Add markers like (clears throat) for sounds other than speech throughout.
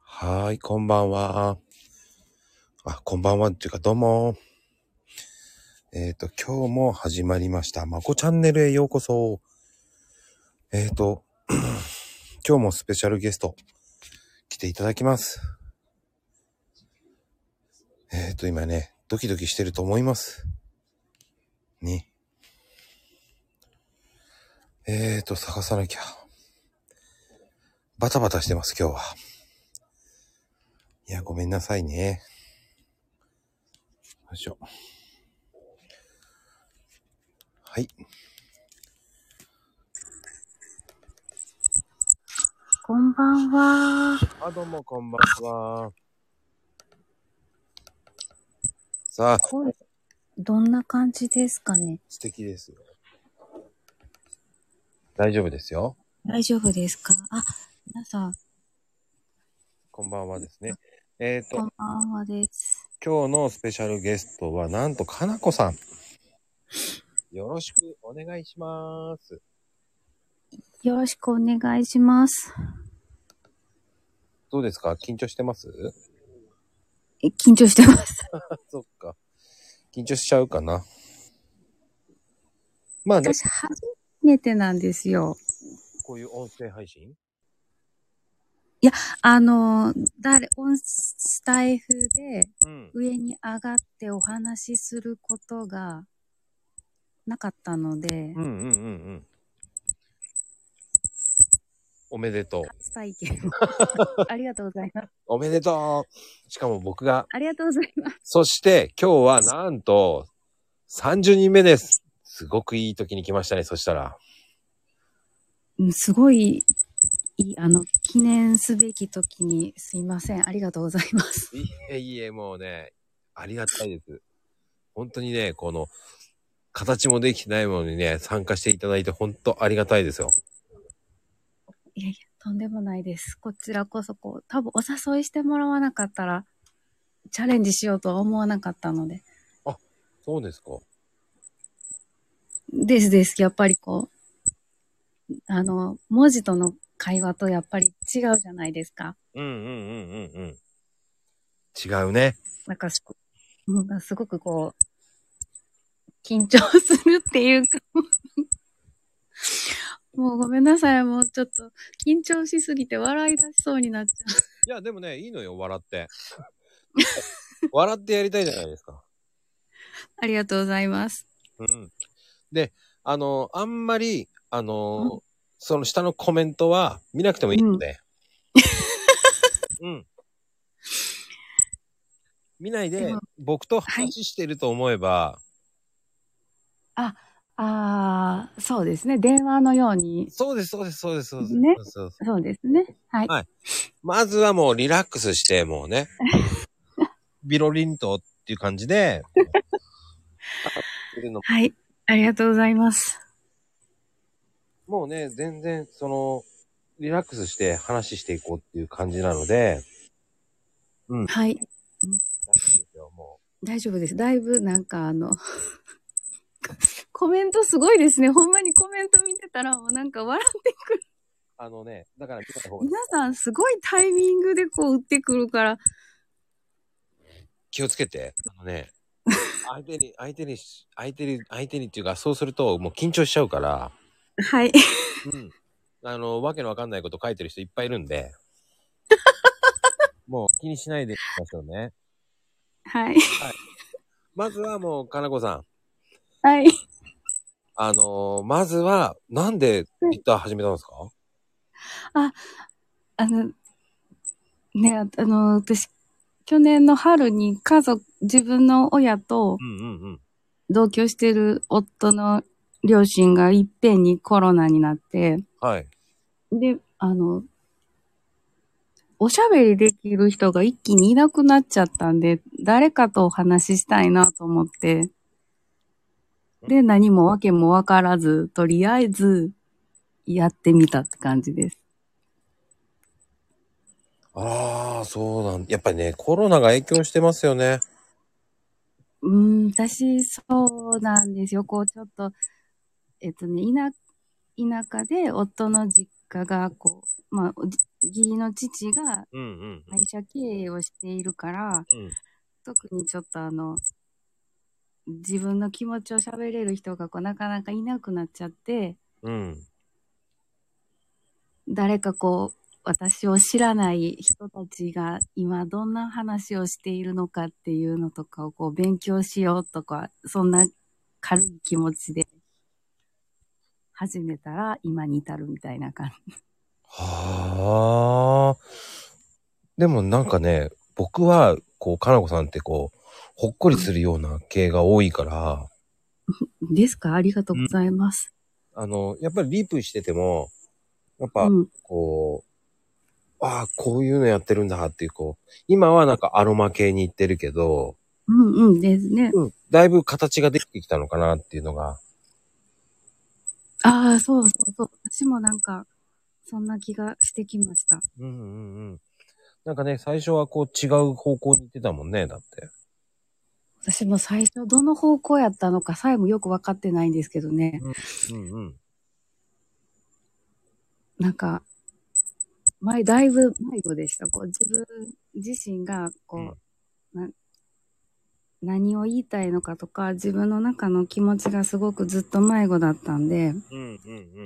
はーい、こんばんは。あ、こんばんはっていうか、どうも。えっ、と、今日も始まりました。まこチャンネルへようこそ。えっ、と、 (clears throat) 今日もスペシャルゲスト、来ていただきます。えっ、と、今ね、ドキドキしてると思います。ね。えっ、と、探さなきゃ。バタバタしてます、今日は。いや、ごめんなさいね。よいしょ。はい。こんばんは。あ、どうも、こんばんは。さあ、声、どんな感じですかね素敵ですよ。大丈夫ですよ。大丈夫ですかあ、皆さん、こんばんはですね。えっ、ことん、ばんはです。今日のスペシャルゲストは、なんと、かなこさん。よろしくお願いします。よろしくお願いします。どうですか緊張してますえ緊張してます。そっか。緊張しちゃうかな。まあね、私、初めてなんですよ。こういう音声配信あの、誰、音、スタイフでうん。上に上がってお話しすることがなかったのでう、んうんうんうん。おめでとう。初体験。 (laughs) ありがとうございます。おめでとうしかも僕が。ありがとうございます。そして今日はなんと30人目です。すごくいい時に来ましたね、そしたら。うんすごい、いい、あの、記念すべき時にすいません。ありがとうございます。いえいえ、もうね、ありがたいです。本当にね、この、形もできてないものにね、参加していただいて本当ありがたいですよ。 (laughs) いやいや、とんでもないです。こちらこそ、こう、多分お誘いしてもらわなかったら、チャレンジしようとは思わなかったので。そうですか。ですです。やっぱりこう、あの、文字との会話とやっぱり違うじゃないですか。うんうんうんうんうん。違うね。なんかすご、うんすごくこう、緊張するっていうか、もうごめんなさい、もうちょっと緊張しすぎて笑い出しそうになっちゃいや、でもね、いいのよ、笑って。 (laughs) 笑ってやりたいじゃないですか。う。ありがとうございます。うん。で、あの、あんまり、あの、うその下のコメントは見なくてもいいので。うん。見ないででも、僕と話してると思えば、ああ、そうですね。電話のように。そうです、そうです、そうです、そうです。ねそうですそうですそうですね。はい。はいまずはもうリラックスして、もうね。ビロリンとっていう感じで、いるのはい。ありがとうございます。もうね、全然、その、リラックスして話していこうっていう感じなので、はい。大丈夫ですよも大丈夫です。だいぶなんかあの、 (laughs) コメントすごいですね。ほんまにコメント見てたらもうなんか笑ってくる。うあのね、だから見た方が皆さんすごいタイミングでこう打ってくるから、気をつけて、あのね、相手に、相手にし、相手に、相手にっていうか、そうするともう緊張しちゃうから、はい。うん。あの、わけのわかんないこと書いてる人いっぱいいるんで、もう気にしないでいきましょうね。はい。まずはもう、かなこさん。はい。あのーまずは、なんでギター始めたんですか、あの、ね、ああの、私、去年の春に家族、自分の親とうん、うんうん同居してる夫の両親がいっぺんにコロナになって、はい。で、あの、おしゃべりできる人が一気にいなくなっちゃったんで、誰かとお話ししたいなと思って、で、何もわけもわからず、とりあえず、やってみたって感じです。ああ、そうなんやっぱりね、コロナが影響してますよね。うーん、私、そうなんですよ。こう、ちょっと、えっとね、田、田舎で夫の実家が、こう、まあ、おじ義理の父がうんうんうん。会社経営をしているから、うん。特にちょっとあの、自分の気持ちを喋れる人がこうなかなかいなくなっちゃって、うん。誰かこう、私を知らない人たちが今どんな話をしているのかっていうのとかをこう勉強しようとか、そんな軽い気持ちで始めたら今に至るみたいな感じ。はあ。でもなんかね、僕は、こう、かなこさんってこう、ほっこりするような系が多いから、ですかありがとうございます。あの、やっぱりリープしてても、やっうぱ、ん。こう、ああ、こういうのやってるんだっていう、こう、今はなんかアロマ系に行ってるけど、うんうんですね。うん、だいぶ形ができてきたのかなっていうのが、ああ、そうそうそう。私もなんか、そんな気がしてきました。うんうんうん。なんかね、最初はこう違う方向に行ってたもんね、だって。私も最初どの方向やったのかさえもよく分かってないんですけどね。うんうん。なんか、前、だいぶ迷子でした。こう、自分自身が、こう、な、何を言いたいのかとか、自分の中の気持ちがすごくずっと迷子だったんで、うんう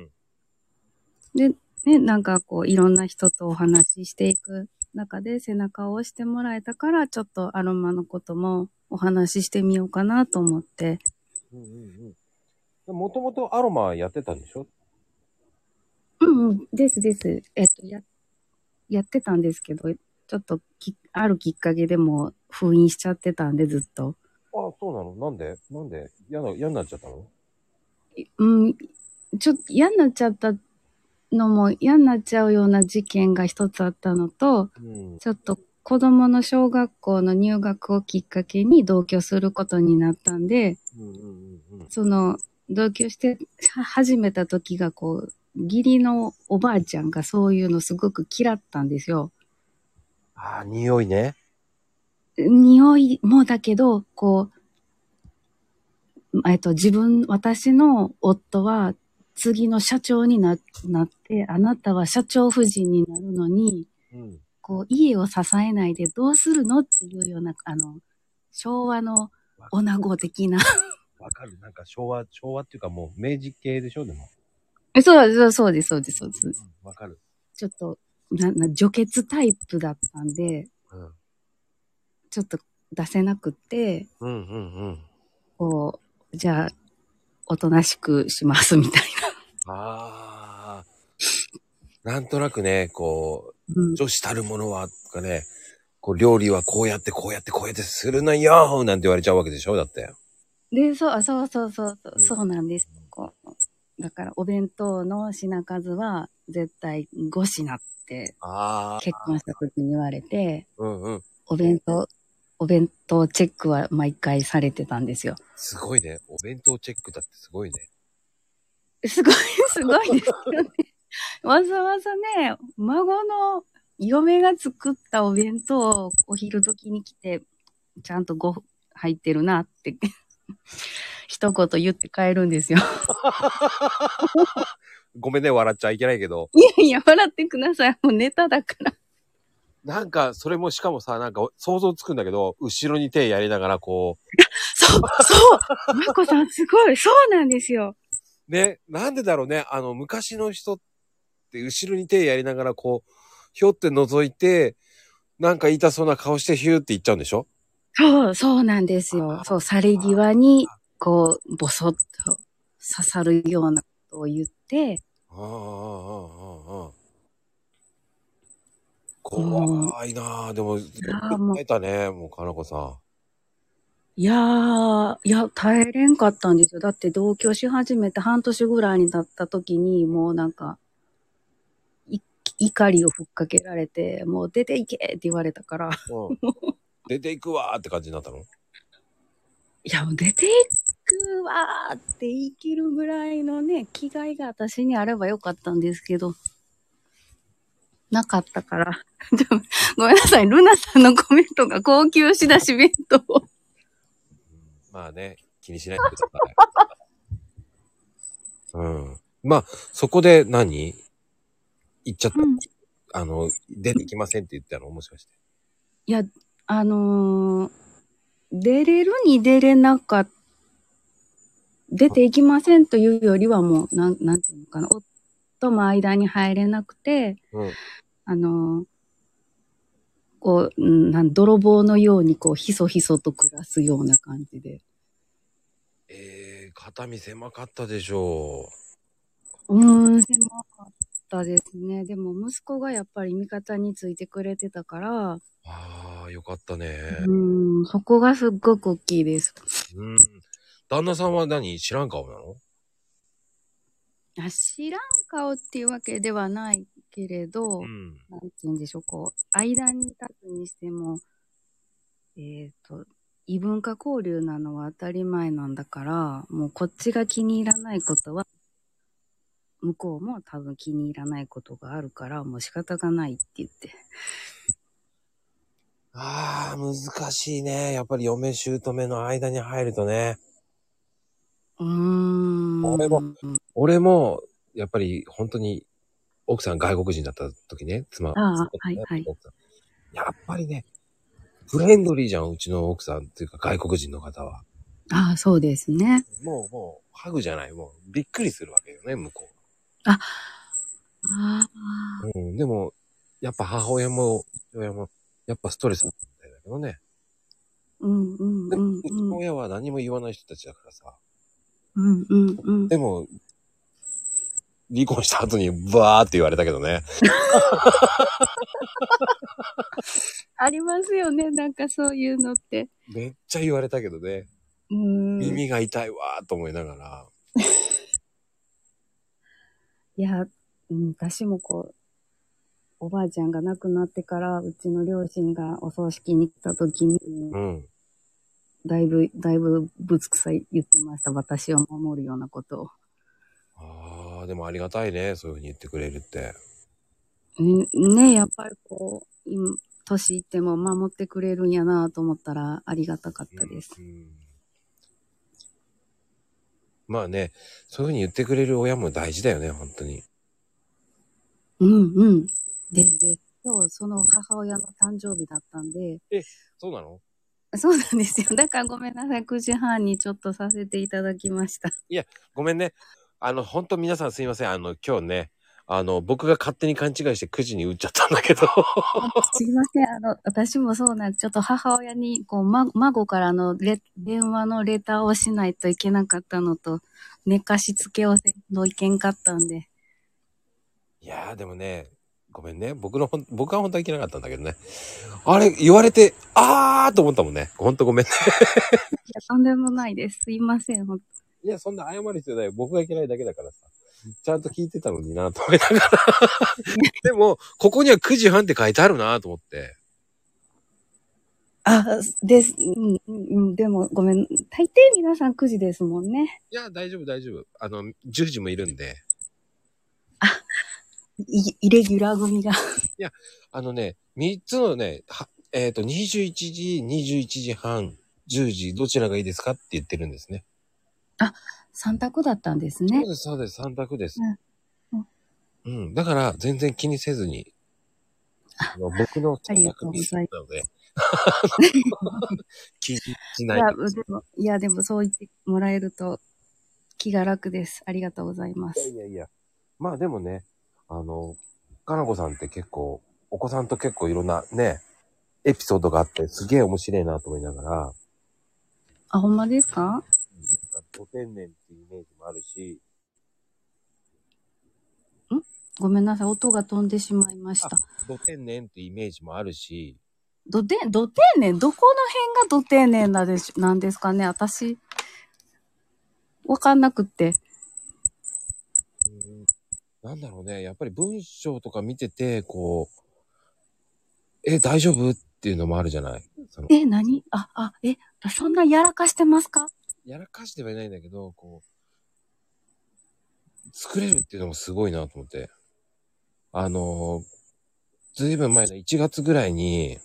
んね、なんかこう、いろんな人とお話ししていく中で背中を押してもらえたから、ちょっとアロマのこともお話ししてみようかなと思って。うん。うんうん。もともとアロマやってたんでしょうんうん、ですです。えっと、や、やってたんですけど、ちょっとき、あるきっかけでも封印しちゃってたんで、ずっと。ああ、そうなのなんでなんで嫌な、嫌になっちゃったのうん、ちょっと嫌になっちゃったのも嫌になっちゃうような事件が一つあったのと、うん。ちょっと子供の小学校の入学をきっかけに同居することになったんで、うんうんうんうん。その、同居しては始めた時がこう、義理のおばあちゃんがそういうのすごく嫌ったんですよ。ああ、匂いね。匂いもだけど、こう、えっと、自分、私の夫は次の社長にななって、あなたは社長夫人になるのに、うん。こう、家を支えないでどうするのっていうような、あの、昭和の女子的な。 (laughs) わかる。なんか昭和、昭和っていうかもう明治系でしょでも。えそうそうそうです、そうです、そうです。んわかる。ちょっと、な、な、除血タイプだったんで、うん。ちょっと出せなくって、うんうんうん。こう、じゃあ、おとなしくします、みたいああ。なんとなくね、こな。うんう、女子たるものは、とかね、こう、料理はこうやって、こうやって、こうやってするのよなんて言われちゃうわけでしょだって。で、そう、あそうそうそうそうう、んそうなんです。こう。だから、お弁当の品数は絶対5品ってああ。結婚した時に言われて、うんうん。お弁当、お弁当チェックは毎回されてたんですよ。すごいね。お弁当チェックだってすごいね。すごい、 (laughs) すごいですよね。わざわざね、孫の嫁が作ったお弁当をお昼時に来て、ちゃんとご、入ってるなって、 (laughs) 一言言って帰るんですよ。ごめんね、笑っちゃいけないけど。い (laughs) やいや、笑ってください。もうネタだから。なんか、それもしかもさ、なんか想像つくんだけど、後ろに手やりながらこそう、そうまこさんすごい、そうなんですよ。う、ね、なんでだろうね。あの、昔の人って後ろに手やりながらこう、ひょって覗いて、なんか痛そうな顔してヒューって言っちゃうんでしょそう、そうなんですよ。そう、去り際に、こう、ボソッと刺さるようなことを言って、ああ、ああ、ああ、ああ。怖いなあでも、よやーくもう耐えたね、もう、かなこさん。いやー、いや、耐えれんかったんですよ。だって同居し始めて半年ぐらいになった時に、もうなんか、い怒りをふっかけられて、もう出ていけって言われたから、 (laughs) うん、出ていくわーって感じになったのいや、もう出ていくわーって言い切るぐらいのね、気概が私にあればよかったんですけど、なかったから。 (laughs) でもごめんなさい、ルナさんのコメントが高級仕出し弁当。まあね、気にしないでください。うん。まあ、そこで何行っちゃった。うんあの、出てきませんって言ったの、もしかして。いや、あのー出れるに出れなかった、出ていきませんというよりはもう、なん、なんていうのかな、夫も間に入れなくて、うん。あのーこう、うんなん、泥棒のように、こう、ひそひそと暮らすような感じで。えー、肩身狭かったでしょうーん、狭かったですね。でも、息子がやっぱり味方についてくれてたから、う。ああ、よかったね。うん、そこがすっごく大きいです。うん。旦那さんは何知らん顔なのあ知らん顔っていうわけではないけれど、ん。なんて言うんでしょう、こう、間に立つにしても、えっ、と、異文化交流なのは当たり前なんだから、もうこっちが気に入らないことは、向こうも多分気に入らないことがあるから、もう仕方がないって言って。ああ、難しいね。やっぱり嫁姑の間に入るとね。うーん。俺も俺も、やっぱり本当に、奥さん外国人だった時ね、妻。ああ妻はいはい妻やっぱりね、フレンドリーじゃん、うちの奥さんっていうか外国人の方は。ああ、そうですね。もう、もう、ハグじゃない、もう、びっくりするわけよね、向こああ、う。うん、でも、やっぱ母親も、父親も、やっぱストレスだったみたいだけどね。うんうんでうも、んうちのうん。親は何も言わない人たちだからさ。うんうんうん。でも、離婚した後にバーって言われたけどね。ありますよね、なんかそういうのって。めっちゃ言われたけどね。うーん。い耳が痛いわーと思いながら。や、うん私もこう、おばあちゃんが亡くなってから、うちの両親がお葬式に来た時に、うん。だいぶ、だいぶぶつくさい言ってました。私を守るようなことを。ああ、でもありがたいね。そういうふうに言ってくれるって。ねねやっぱりこう、今、年いっても守ってくれるんやなと思ったらありがたかったです。うんまあね、そういうふうに言ってくれる親も大事だよね、本当に。うんうん。で、で、今日その母親の誕生日だったんで、そうなのそうなんですよ。だからごめんなさい。9時半にちょっとさせていただきました。ごめんね。あの、本当皆さんすいません。あの、今日ね、あの、僕が勝手に勘違いして9時に打っちゃったんだけど。 (laughs) すいません。あの、私もそうなんです。ちょっと母親に、こう、ま、孫からのレ電話のレターをしないといけなかったのと、寝かしつけをせんといけんかったんで。いやーでもね、ごめんね。僕のほん、僕は本当はいけなかったんだけどね。あれ、言われて、あーと思ったもんね。ほんとごめんね。いや、とんでもないです。すいません。ほんいや、そんな謝る必要ないよ。僕がいけないだけだからさ。ちゃんと聞いてたのになと思いながら。 (laughs) でも、ここには9時半って書いてあるなと思って。あ、です。うん、うん、うん。でも、ごめん。大抵皆さん9時ですもんね。いや、大丈夫、大丈夫。あの、10時もいるんで。いイレギュラー組 (laughs) が。あのね、3つのね、はえっ、と、21時、21時半、10時、どちらがいいですかって言ってるんですね。 3択だったんですそねう。です、そうです。3択です。うんうん。だから、全然気にせずに。あの僕のありがとうございなので。 (laughs) 気にしないいや、でも、いや、でもそう言ってもらえると気が楽です。ありがとうございまいやすい。やいや。まあでもね、あの、かなこさんって結構、お子さんと結構いろんなね、エピソードがあって、すげえ面白いなと思いながら、なんあ、ほんまですかかご天然っていうイメージもあるし、ごめんなさい。音が飛んでしまいました。ご天然っていうイメージもあるし、どて、ど丁寧どこの辺がど丁寧なんでし、なんですかね私、わかんなくって。うんなんだろうね、やっぱり文章とか見てて、こう、え、大丈夫っていうのもあるじゃないそのえ、何あ、あ、え、そんなやらかしてますかやらかしてはいないんだけど、こう、作れるっていうのもすごいなと思って。あの、ずいぶん前の1月ぐらいに、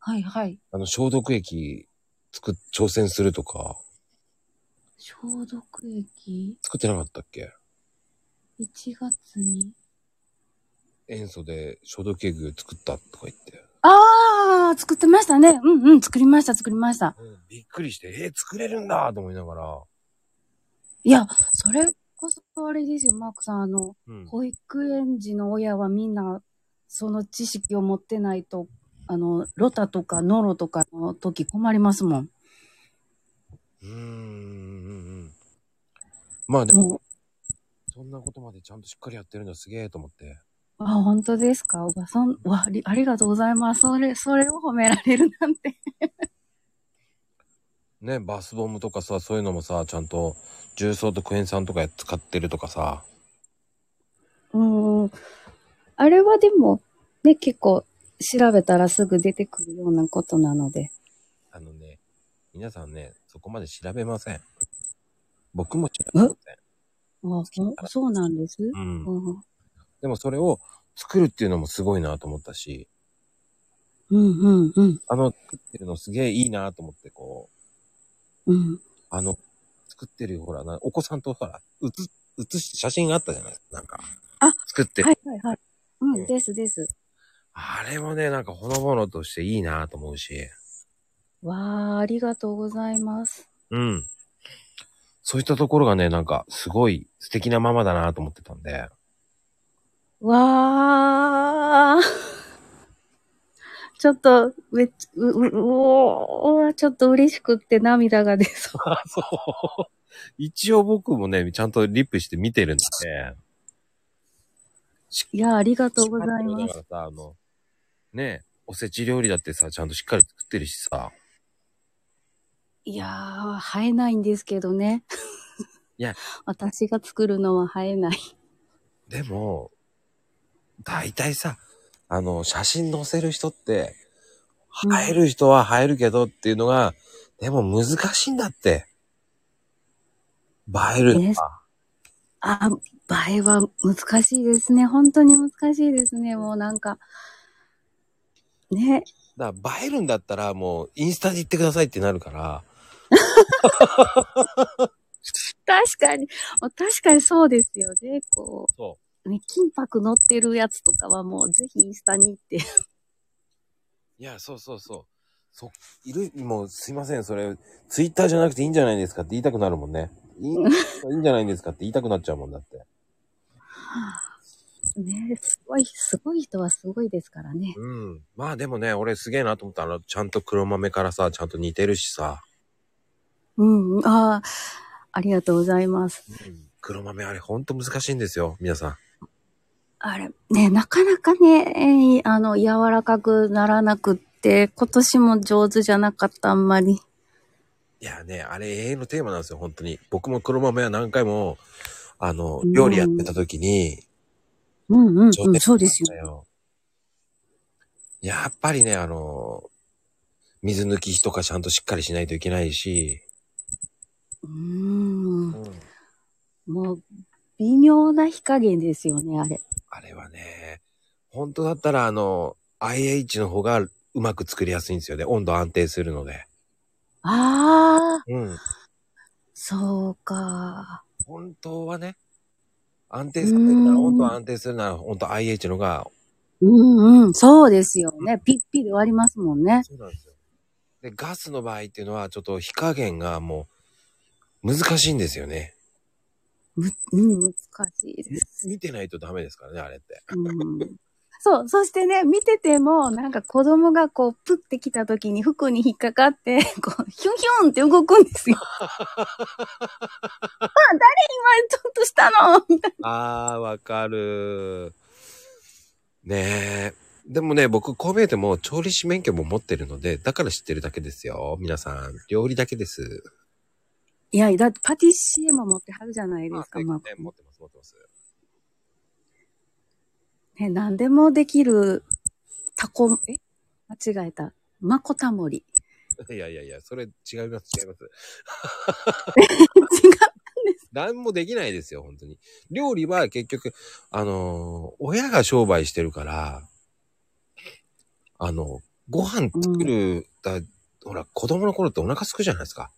はいはい。あの、消毒液作っ、挑戦するとか、消毒液、作ってなかったっけ1月に。塩素で消毒液を作ったとか言って。あー、作ってましたね。うんうん、作りました、作りました。びっくりして、えー作れるんだと思いながら。いや、それこそあれですよ、マークさん。あの、うん。保育園児の親はみんな、その知識を持ってないと、あの、ロタとかノロとかの時困りますもん。うーんうんうん。まあでも、もう、そんなことまでちゃんとしっかりやってるんだ、すげえと思って。あ、本当ですかおばさん、わ、ありありがとうございます。それ、それを褒められるなんて。ね、バスボムとかさ、そういうのもさ、ちゃんと重曹とクエン酸とか使ってるとかさ。うん。あれはでも、ね、結構、調べたらすぐ出てくるようなことなので。あのね、皆さんね、そこまで調べません。僕も調べません。あそそうなんです。うんう。ん。でもそれを作るっていうのもすごいなと思ったし、うん、うん、うん。あの、作ってるのすげえいいなと思って、こうん。う、あの、作ってるほらな、お子さんとほら、写、写し、写真があったじゃないですか、なんか。あ作ってる。はい、はい、はい。うん、です、です。あれもね、なんかほのぼのとしていいなと思うし、わー、ありがとうございます。うん。そういったところがね、なんか、すごい素敵なママだなと思ってたんで、わー。 (laughs) ちょっと、めっちゃ、う、う、うおー、ちょっと嬉しくって涙が出そう。あ、そう。一応僕もね、ちゃんとリップして見てるんで。 (laughs) いやー、ありがとうございまだす。からさ、あの、ねえ、おせち料理だってさ、ちゃんとしっかり作ってるしさ。 (laughs) いやー、生えないんですけどね。いや。 (laughs) 私が作るのは生えない。でも、大体さ、あの、写真載せる人って、うん映える人は映えるけどっていうのが、でも難しいんだって。映えるのですは。あ、映えは難しいですね。本当に難しいですね。もうなんか。ね。だから映えるんだったら、もう、インスタで言ってくださいってなるから、確かに、もう確かにそうですよね。こ、そうね、金箔乗ってるやつとかはもうぜひインスタに行って。う。いや、そうそうそう。そ、いる、もう、すいません、それ、ツイッターじゃなくていいんじゃないですかって言いたくなるもんね。 (laughs) いいいいんじゃないですかって言いたくなっちゃうもんだって。ね、すごい、すごい人はすごいですからね。うん。まあでもね、俺すげえなと思ったあの、ちゃんと黒豆からさ、ちゃんと似てるしさ。うん、ああ、ありがとうございます。黒豆あれほんと難しいんですよ、皆さん。あれ、ね、なかなかね、えーあの、柔らかくならなくって、今年も上手じゃなかった、あんまり。いやね、あれ永遠のテーマなんですよ、本当に。僕も黒豆は何回も、あの、うん料理やってた時に、うんうん、上うん、手そうですよ。だよ。やっぱりね、あの、水抜きとかちゃんとしっかりしないといけないし、うーん、もう、微妙な火加減ですよね、あれ。あれはね、本当だったらあの、IH の方がうまく作りやすいんですよね。温度安定するので。ああ、うん。そうか。本当はね、安定させるなら、うーん温度安定するなら、本当 IH のが、うんうん、そうですよね。ピッピで割りますもんね。そうなんですよ。で、ガスの場合っていうのは、ちょっと火加減がもう、難しいんですよね。む、うん、難しいです。見てないとダメですからね、あれって。うん。そう、そしてね、見てても、なんか子供がこう、プッてきた時に服に引っかかって、 (laughs) こう、ヒュンヒュンって動くんで (laughs) すよ。あ、誰今ちょっとしたのみたいあー、わかる。ねえ。でもね、僕、こう見えても、調理師免許も持ってるので、だから知ってるだけですよ。皆さん、料理だけです。な。いや、だってパティシエも持ってはるじゃないですか、あまね持ってます、持ってます。あ。ね、何でもできる、タコ、え間違えた。マコ (laughs) タモリ。いやいやいや、それ違います、違います。違う。何もできないですよ、本当に。料理は結局、あのー親が商売してるから、あの、ご飯作る、だほら、子供の頃ってお腹すくじゃないですか。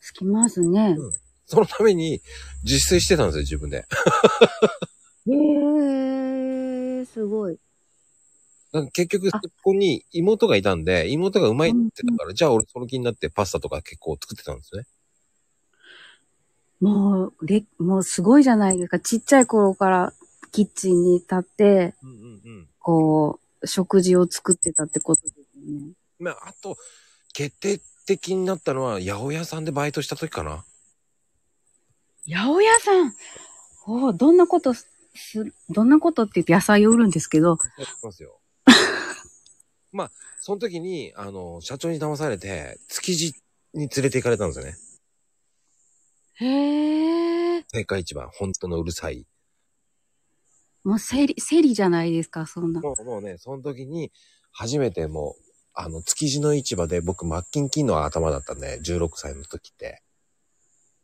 つきますね。そのために、自炊してたんですよ、自分で。へえすごい。なんか結局、そあこに妹がいたんで、妹がうまいって言ってたから、じゃあ俺その気になってパスタとか結構作ってたんですね。もう、れ、もうすごいじゃないですか。ちっちゃい頃からキッチンに立って、うんうんうん。こう、食事を作ってたってことですよね。まあ、あと、決定的になったのは、八百屋さんでバイトした時かな。八百屋さんおおどんなことす、どんなことって言って野菜を売るんですけど、やってますよ。 (laughs) まあ、その時に、あの、社長に騙されて、築地に連れて行かれたんですよね。へえ。青果市場、本当のうるさい。もうセリ、セリじゃないですか、そんな。もうもうね、その時に、初めてもう、あの、築地の市場で僕、マッキンキンの頭だったんで、16歳の時って。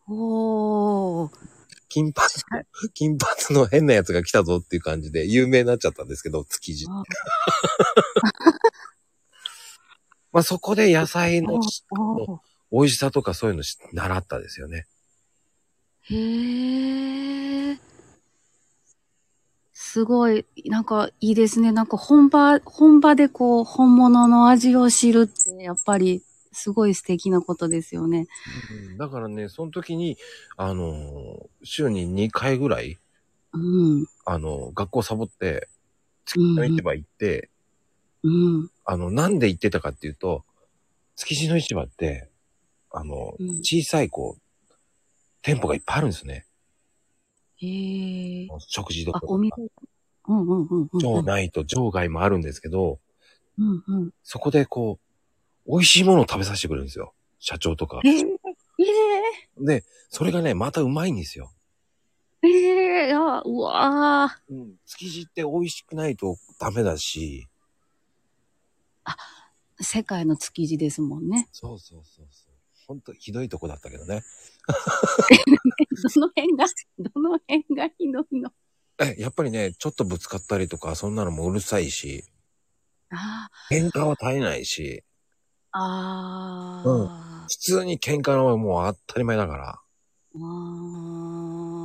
おお。金髪は、金髪の変なやつが来たぞっていう感じで有名になっちゃったんですけど、築地。あ (laughs) まあそこで野菜おのお美味しさとかそういうのし習ったですよね。へえ。すごい、なんかいいですね。なんか本場、本場でこう、本物の味を知るって、やっぱり、すごい素敵なことですよね。うんだからね、その時に、あのー週に2回ぐらい、うん。あのー学校サボって、うの市ん。場行って、うん。あの、なんで行ってたかっていうと、築地の市場って、あのーうん小さい、こう、店舗がいっぱいあるんですね。へえ。食事とあか、。お店。うんうんうんうん。場内と場外もあるんですけど、うんうん。そこでこう、美味しいものを食べさせてくれるんですよ。社長とか。えー、で、それがね、またうまいんですよ。えー、えー、あ、うわーうん、築地って美味しくないとダメだし、世界の築地ですもん (laughs) ね。そうそうそうそう。ほんとひどいとこだったけどね。どの辺が、どの辺がひどいのえ、やっぱりね、ちょっとぶつかったりとか、そんなのもうるさいし、あ喧嘩は絶えないし、あ、ああ、普通に喧嘩のはもう当たり前だから。うあー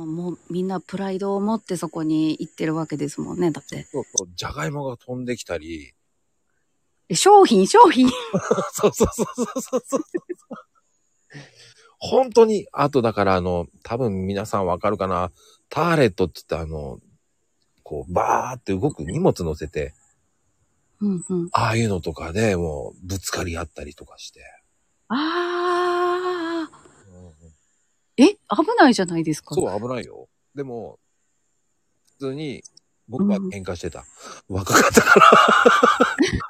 もうみんなプライドを持ってそこに行ってるわけですもんね。だって。そうそう、じゃがいもが飛んできたり、え商品、商品。そうそうそうそうそうそう。本当に、あとだからあの、多分皆さんわかるかな、ターレットって言ってあの、こう、バーって動く荷物乗せて、うんうん。ああいうのとかでもうぶつかり合ったりとかして。ああ、え、危ないじゃないですか。そう、危ないよ。でも、普通に、僕は喧嘩してた。若かったから。 (laughs)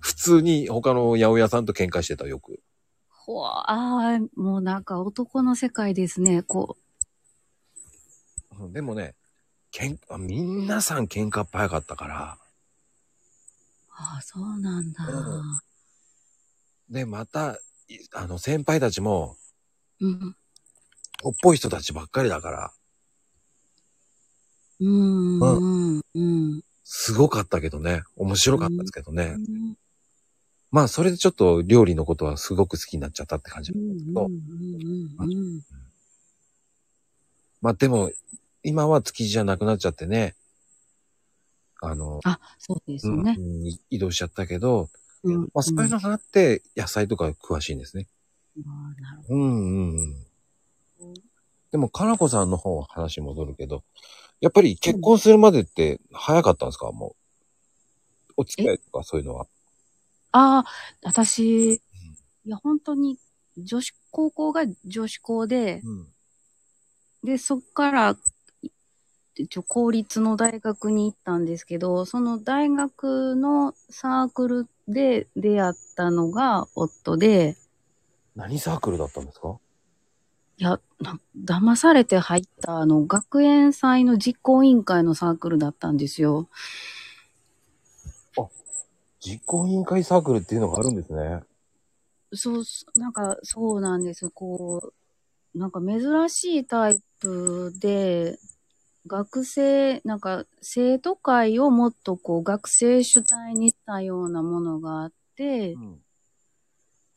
普通に他の八百屋さんと喧嘩してたよく。ほわあー、もうなんか男の世界ですね。こうんでもね、喧嘩、みんなさん喧嘩っ早かったから。う、ああ、そうなんだ。うんで、また、いあの、先輩たちも、うん。おっぽい人たちばっかりだから、うん。うん。うん。すごかったけどね。面白かったですけどね。うんまあ、それでちょっと料理のことはすごく好きになっちゃったって感じ。うんうんうんまあでも、今は築地じゃなくなっちゃってね。あの、あ、そうですよね。うんうん移動しちゃったけど、うん。まあそういうのがあって野菜とか詳しいんですね。うんあーなるほうんうんうん。でも、かなこさんの方は話戻るけど、やっぱり結婚するまでって早かったんですかもう。お付き合いとかそういうのは。どあー、私、いや、本当に、女子、高校が女子校で、うん。で、そっから、い一応公立の大学に行ったんですけど、その大学のサークルで出会ったのが夫で、何サークルだったんですかいや、な騙されて入った、あの、学園祭の実行委員会のサークルだったんですよ。実行委員会サークルっていうのがあるんですね。そうす、なんか、そうなんです。こう、なんか珍しいタイプで、学生、なんか生徒会をもっとこう学生主体にしたようなものがあって、ん。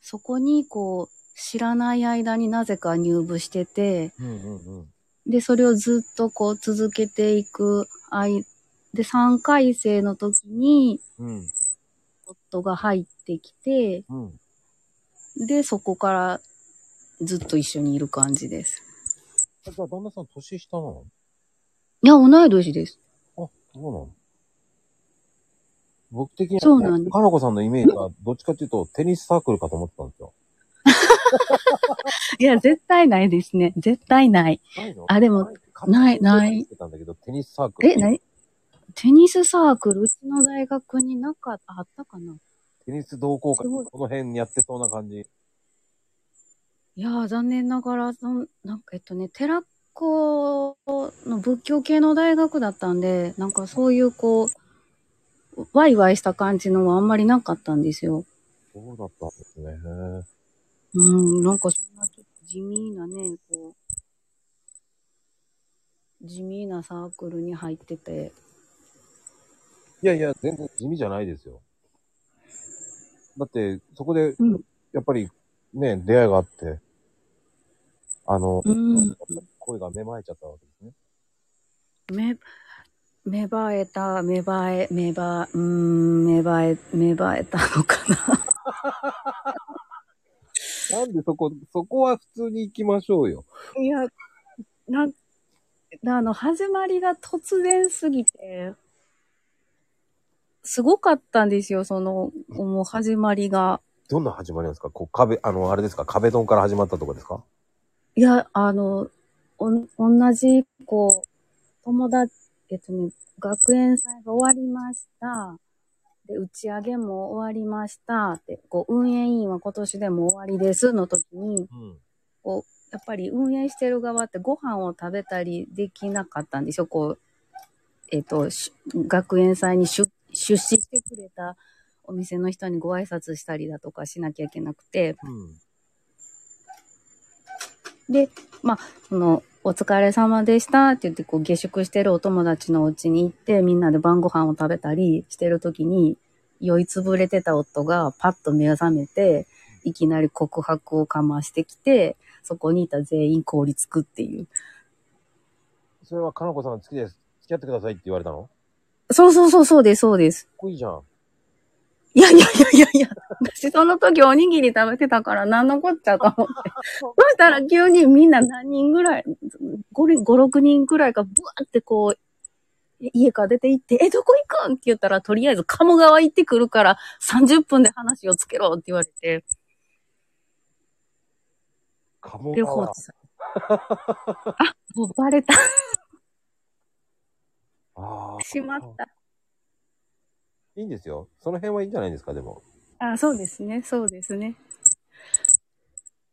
そこにこう知らない間になぜか入部してて、うんうんうん。で、それをずっとこう続けていく間で、3回生の時に、うん。夫が入ってきて、うん。で、そこからずっと一緒にいる感じです。じゃあ、旦那さん年下なのいや、同い年です。あ、そうなの僕的には、そうなんですかなこさんのイメージは、どっちかっていうと、テニスサークルかと思ってたんですよ。いや、絶対ないですね。絶対ない。ないのあでも、ないないってたんだけど、テニスサークル。え、なにテニスサークル、うちの大学になかった、あったかなテニス同好会、すごいこの辺にやってそうな感じ。いやー、残念ながら、そんなんかえっとね、寺子の仏教系の大学だったんで、なんかそういうこう、ワイワイした感じのはあんまりなかったんですよ。そうだったんですね。うん、なんかそんなちょっと地味なね、こう、地味なサークルに入ってて、いやいや、全然地味じゃないですよ。だって、そこでうん、やっぱり、ね、出会いがあって、あの、うん、声が芽生えちゃったわけですね。め、芽生えた、芽生え、芽生え、うーん、芽生え、芽生えたのかな。なんでそこ、そこは普通に行きましょうよ。 (laughs) いや、なん、あの、始まりが突然すぎて、すごかったんですよ、その、もう始まりが。どんな始まりなんですかこう壁、あの、あれですか壁ドンから始まったとかですかいや、あの、おん、同じ、こう、友達、えっとね、学園祭が終わりました。で、打ち上げも終わりました。って、こう、運営委員は今年でも終わりですの時に、うん。こう、やっぱり運営してる側ってご飯を食べたりできなかったんでしょこう、えっ、と、し学園祭に出出資してくれたお店の人にご挨拶したりだとかしなきゃいけなくて、うん。で、まあ、その、お疲れ様でしたって言って、こう、下宿してるお友達のお家に行って、みんなで晩ご飯を食べたりしてる時に、酔いつぶれてた夫がパッと目が覚めて、いきなり告白をかましてきて、そこにいた全員凍りつくっていう。それは、かなこさんが好きです。付き合ってくださいって言われたのかっそうそうそう、そうです、そうです。こいいじゃん。いやいやいやいやいや、私その時おにぎり食べてたから何のこっちゃと思 (laughs) って。そしたら急にみんな何人ぐらい、5、6人ぐらいがブワーってこう、家から出て行って、え、どこ行くんって言ったら、とりあえず鴨川行ってくるから30分で話をつけろって言われて、カモ両川方って (laughs) さ。あ、もうバレた。ああ。しまった。いいんですよ。その辺はいいんじゃないですか、でも。あ、そうですね、そうですね。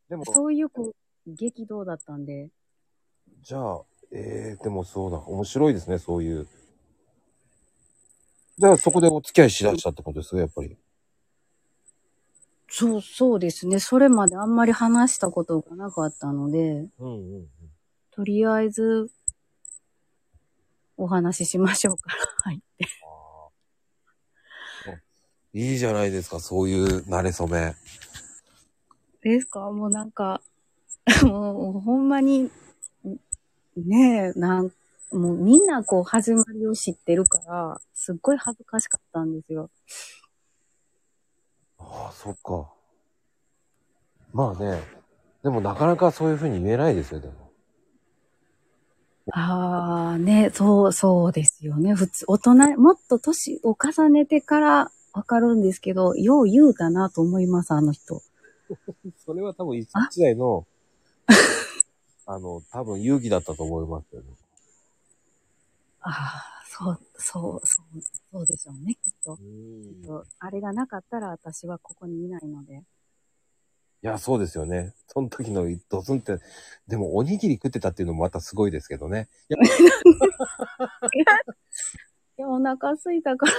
でも、そういうこう、激動だったんで。じゃあ、えー、でもそうだ。面白いですね、そういう。じゃあ、そこでお付き合いしだしたってことですよ、やっぱり。そう、そうですね。それまであんまり話したことがなかったので、うんうんうん。とりあえず、お話ししましょうから。はい。あーいいじゃないですか、そういう慣れ初め。ですかもうなんか、 (laughs) もうほんまに、ねえ、なん、もうみんなこう始まりを知ってるから、すっごい恥ずかしかったんですよ。ああ、そっか。まあね。でもなかなかそういうふうに言えないですよ、でも。ああ、ね、そう、そうですよね。普通、大人、もっと年を重ねてからわかるんですけど、よう言うたなと思います、あの人。それは多分一世一代の、 (laughs) あの、多分勇気だったと思いますよね。ああ、そう、そう、そう、そうでしょうね、きっと。うんそうあれがなかったら私はここにいないので。いや、そうですよね。その時のドツンって、でもおにぎり食ってたっていうのもまたすごいですけどね。いや、いいや、お腹空いたから。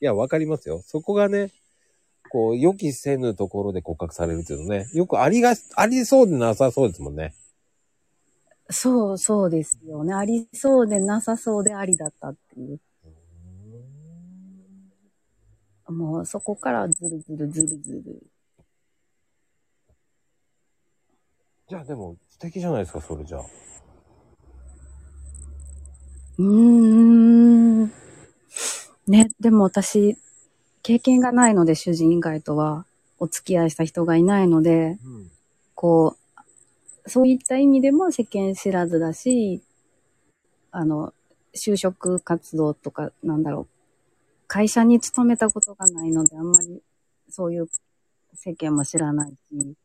やわかりますよ。そこがね、こう、予期せぬところで告白されるっていうのね、よくありが、ありそうでなさそうですもんね。そう、そうですよね。ありそうでなさそうでありだったっていう。もうそこからずるずるずるずる。じゃあでも素敵じゃないですか、それじゃあ。うーん。ね、でも私、経験がないので、主人以外とは、お付き合いした人がいないので、うん。こう、そういった意味でも世間知らずだし、あの、就職活動とか、なんだろう、会社に勤めたことがないので、あんまりそういう世間も知らないし、ち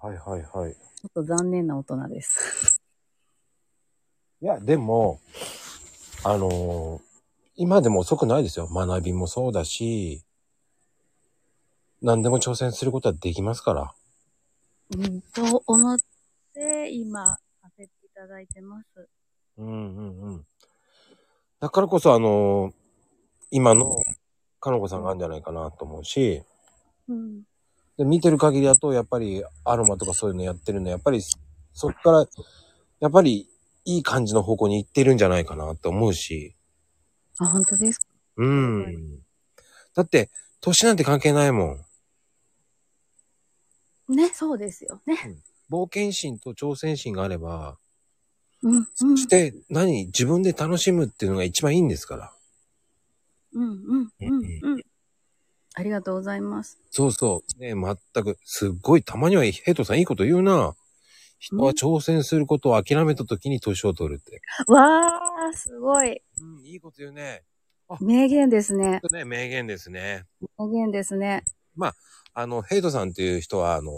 はいはいはい。ょっと残念な大人です。いや、でも、あのー今でも遅くないですよ。学びもそうだし、何でも挑戦することはできますから。うん、と思って、今、させていただいてます。うんうんうん。だからこそ、あのー今の、かのこさんがあるんじゃないかなと思うし、うん。で見てる限りだと、やっぱりアロマとかそういうのやってるの、やっぱりそっから、やっぱりいい感じの方向に行ってるんじゃないかなと思うし。あ、本当ですかうん。はいだって、年なんて関係ないもん。ね、そうですよね。冒険心と挑戦心があれば、うん、うん、そして何自分で楽しむっていうのが一番いいんですから。うん、うん、うん、うん。ありがとうございます。そうそう。ね全く、すっごい、たまにはヘイトさんいいこと言うな。人は挑戦することを諦めた時に年を取るって。わー、すごい。うん、いいこと言うね。名言ですね。ね、名言ですね。名言ですね。あの、ヘイトさんっていう人は、あの、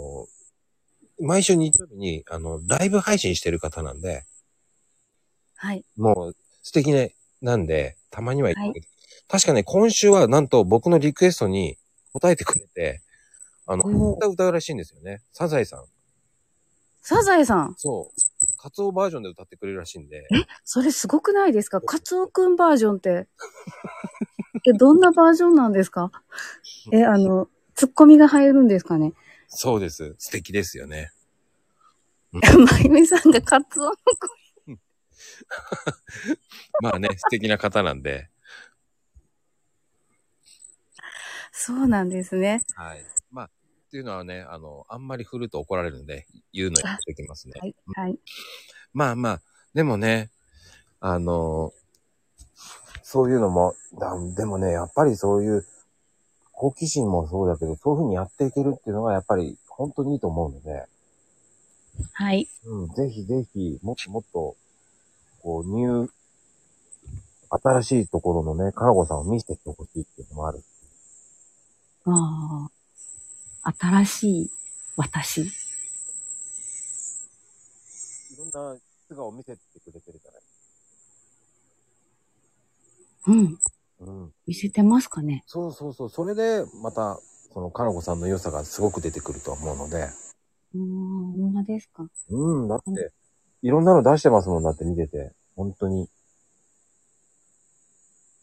毎週日曜日に、あの、ライブ配信してる方なんで、はい。もう素敵ね、なんで、たまには行って、確かね、今週はなんと僕のリクエストに答えてくれて、あの、おー歌歌うらしいんですよね。サザエさん。サザエさん、そう。カツオバージョンで歌ってくれるらしいんで。それすごくないですかカツオくんバージョンって。え、どんなバージョンなんですかえ、あの、ツッコミが入るんですかね (laughs) そうです。素敵ですよね。まゆみさんがカツオの声。まあね、素敵な方なんで。そうなんですね。はい。まあ、っていうのはね、あの、あんまり振ると怒られるんで、言うのやっておきますね。はい。はい。まあまあ、でもね、あのそういうのも、だでもね、やっぱりそういう、好奇心もそうだけど、そういうふうにやっていけるっていうのが、やっぱり本当にいいと思うので、はい。うん、ぜひぜひ、もっともっと、こう、ニュー、新しいところのね、かなこさんを見せてほしいっていうのもある。ああ。新しい私。いろんな素顔を見せてくれてるじゃない。うん。うん。見せてますかねそうそうそう。それで、また、その、かなこさんの良さがすごく出てくると思うので、うーん、ほんまですかうん、だっうんて、いろんなの出してますもんだって見てて。本当に。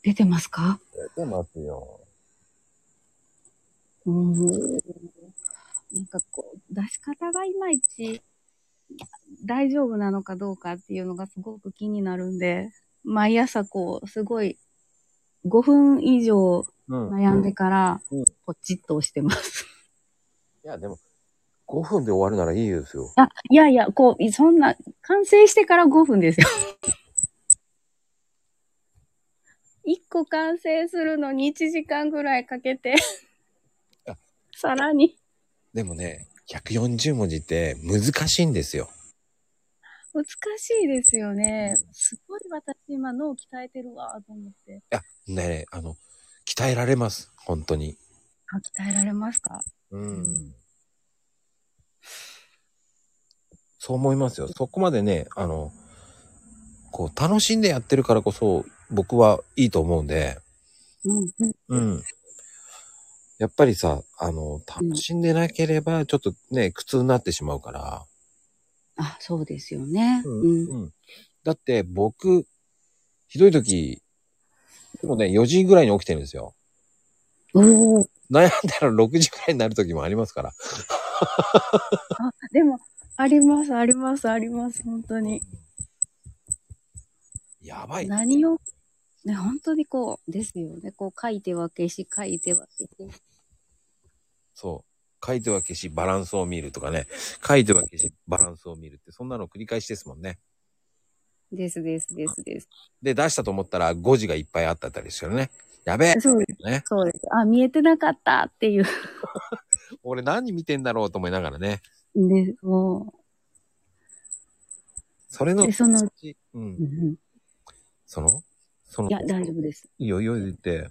出てますか出てますよ。うーんなんかこう、出し方がいまいち大丈夫なのかどうかっていうのがすごく気になるんで、毎朝こう、すごい5分以上うん悩んでいからうんうん、ポチッと押してます。や、でも、5分で終わるならいいですよ。あ、いやいや、こう、そんな、完成してから5分ですよ。1個完成するのに1時間ぐらいかけてあ、さらに。でもね、140文字って難しいんですよ。難しいですよね。すごい私今脳鍛えてるわと思って。いや、ね、あの、鍛えられます。本当に。あ、鍛えられますか。うんそう思いますよ。そこまでね、あの、こう、楽しんでやってるからこそ、僕はいいと思うんで。うん。うん。やっぱりさ、あの、楽しんでなければ、ちょっとね、苦痛になってしまうから。あ、そうですよね。ううんん。だって、僕、ひどい時、でもね、4時ぐらいに起きてるんですよ。おお。悩んだら6時ぐらいになる時もありますから。あ、でも、あります、あります、あります、本当に。やばい。何を、ね、本当にこう、ですよね。こう、書いては消し、書いては消し。そう。書いては消し、バランスを見るとかね。書いては消し、バランスを見るって、そんなの繰り返しですもんね。ですですですです。で、出したと思ったら5時がいっぱいあったたりしてるね。やべえそうです。ね。そうです。あ、見えてなかったっていう。俺何見てんだろうと思いながらね。で、もそれの、でそのう。う、うんんそのその、いや、大丈夫です。いいよ、いいよ言って。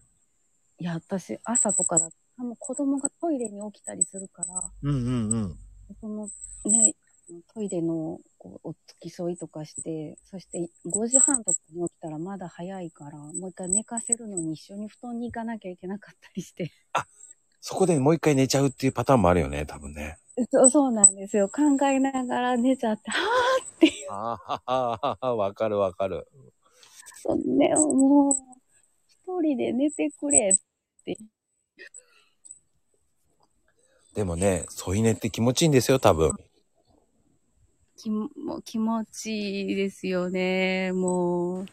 いや、私、朝とかだあもう子供がトイレに起きたりするから、うんうんうん。そのね、トイレのこうお付き添いとかして、そして5時半とかに起きたらまだ早いから、もう一回寝かせるのに一緒に布団に行かなきゃいけなかったりして。そこでもう一回寝ちゃうっていうパターンもあるよね、多分ね。そう (laughs) そうなんですよ。考えながら寝ちゃって、はぁあああ、わかるわかる。そんね、もう、一人で寝てくれ。でもね、添い寝って気持ちいいんですよ、多分。気ももう気持ちいいですよね、もう。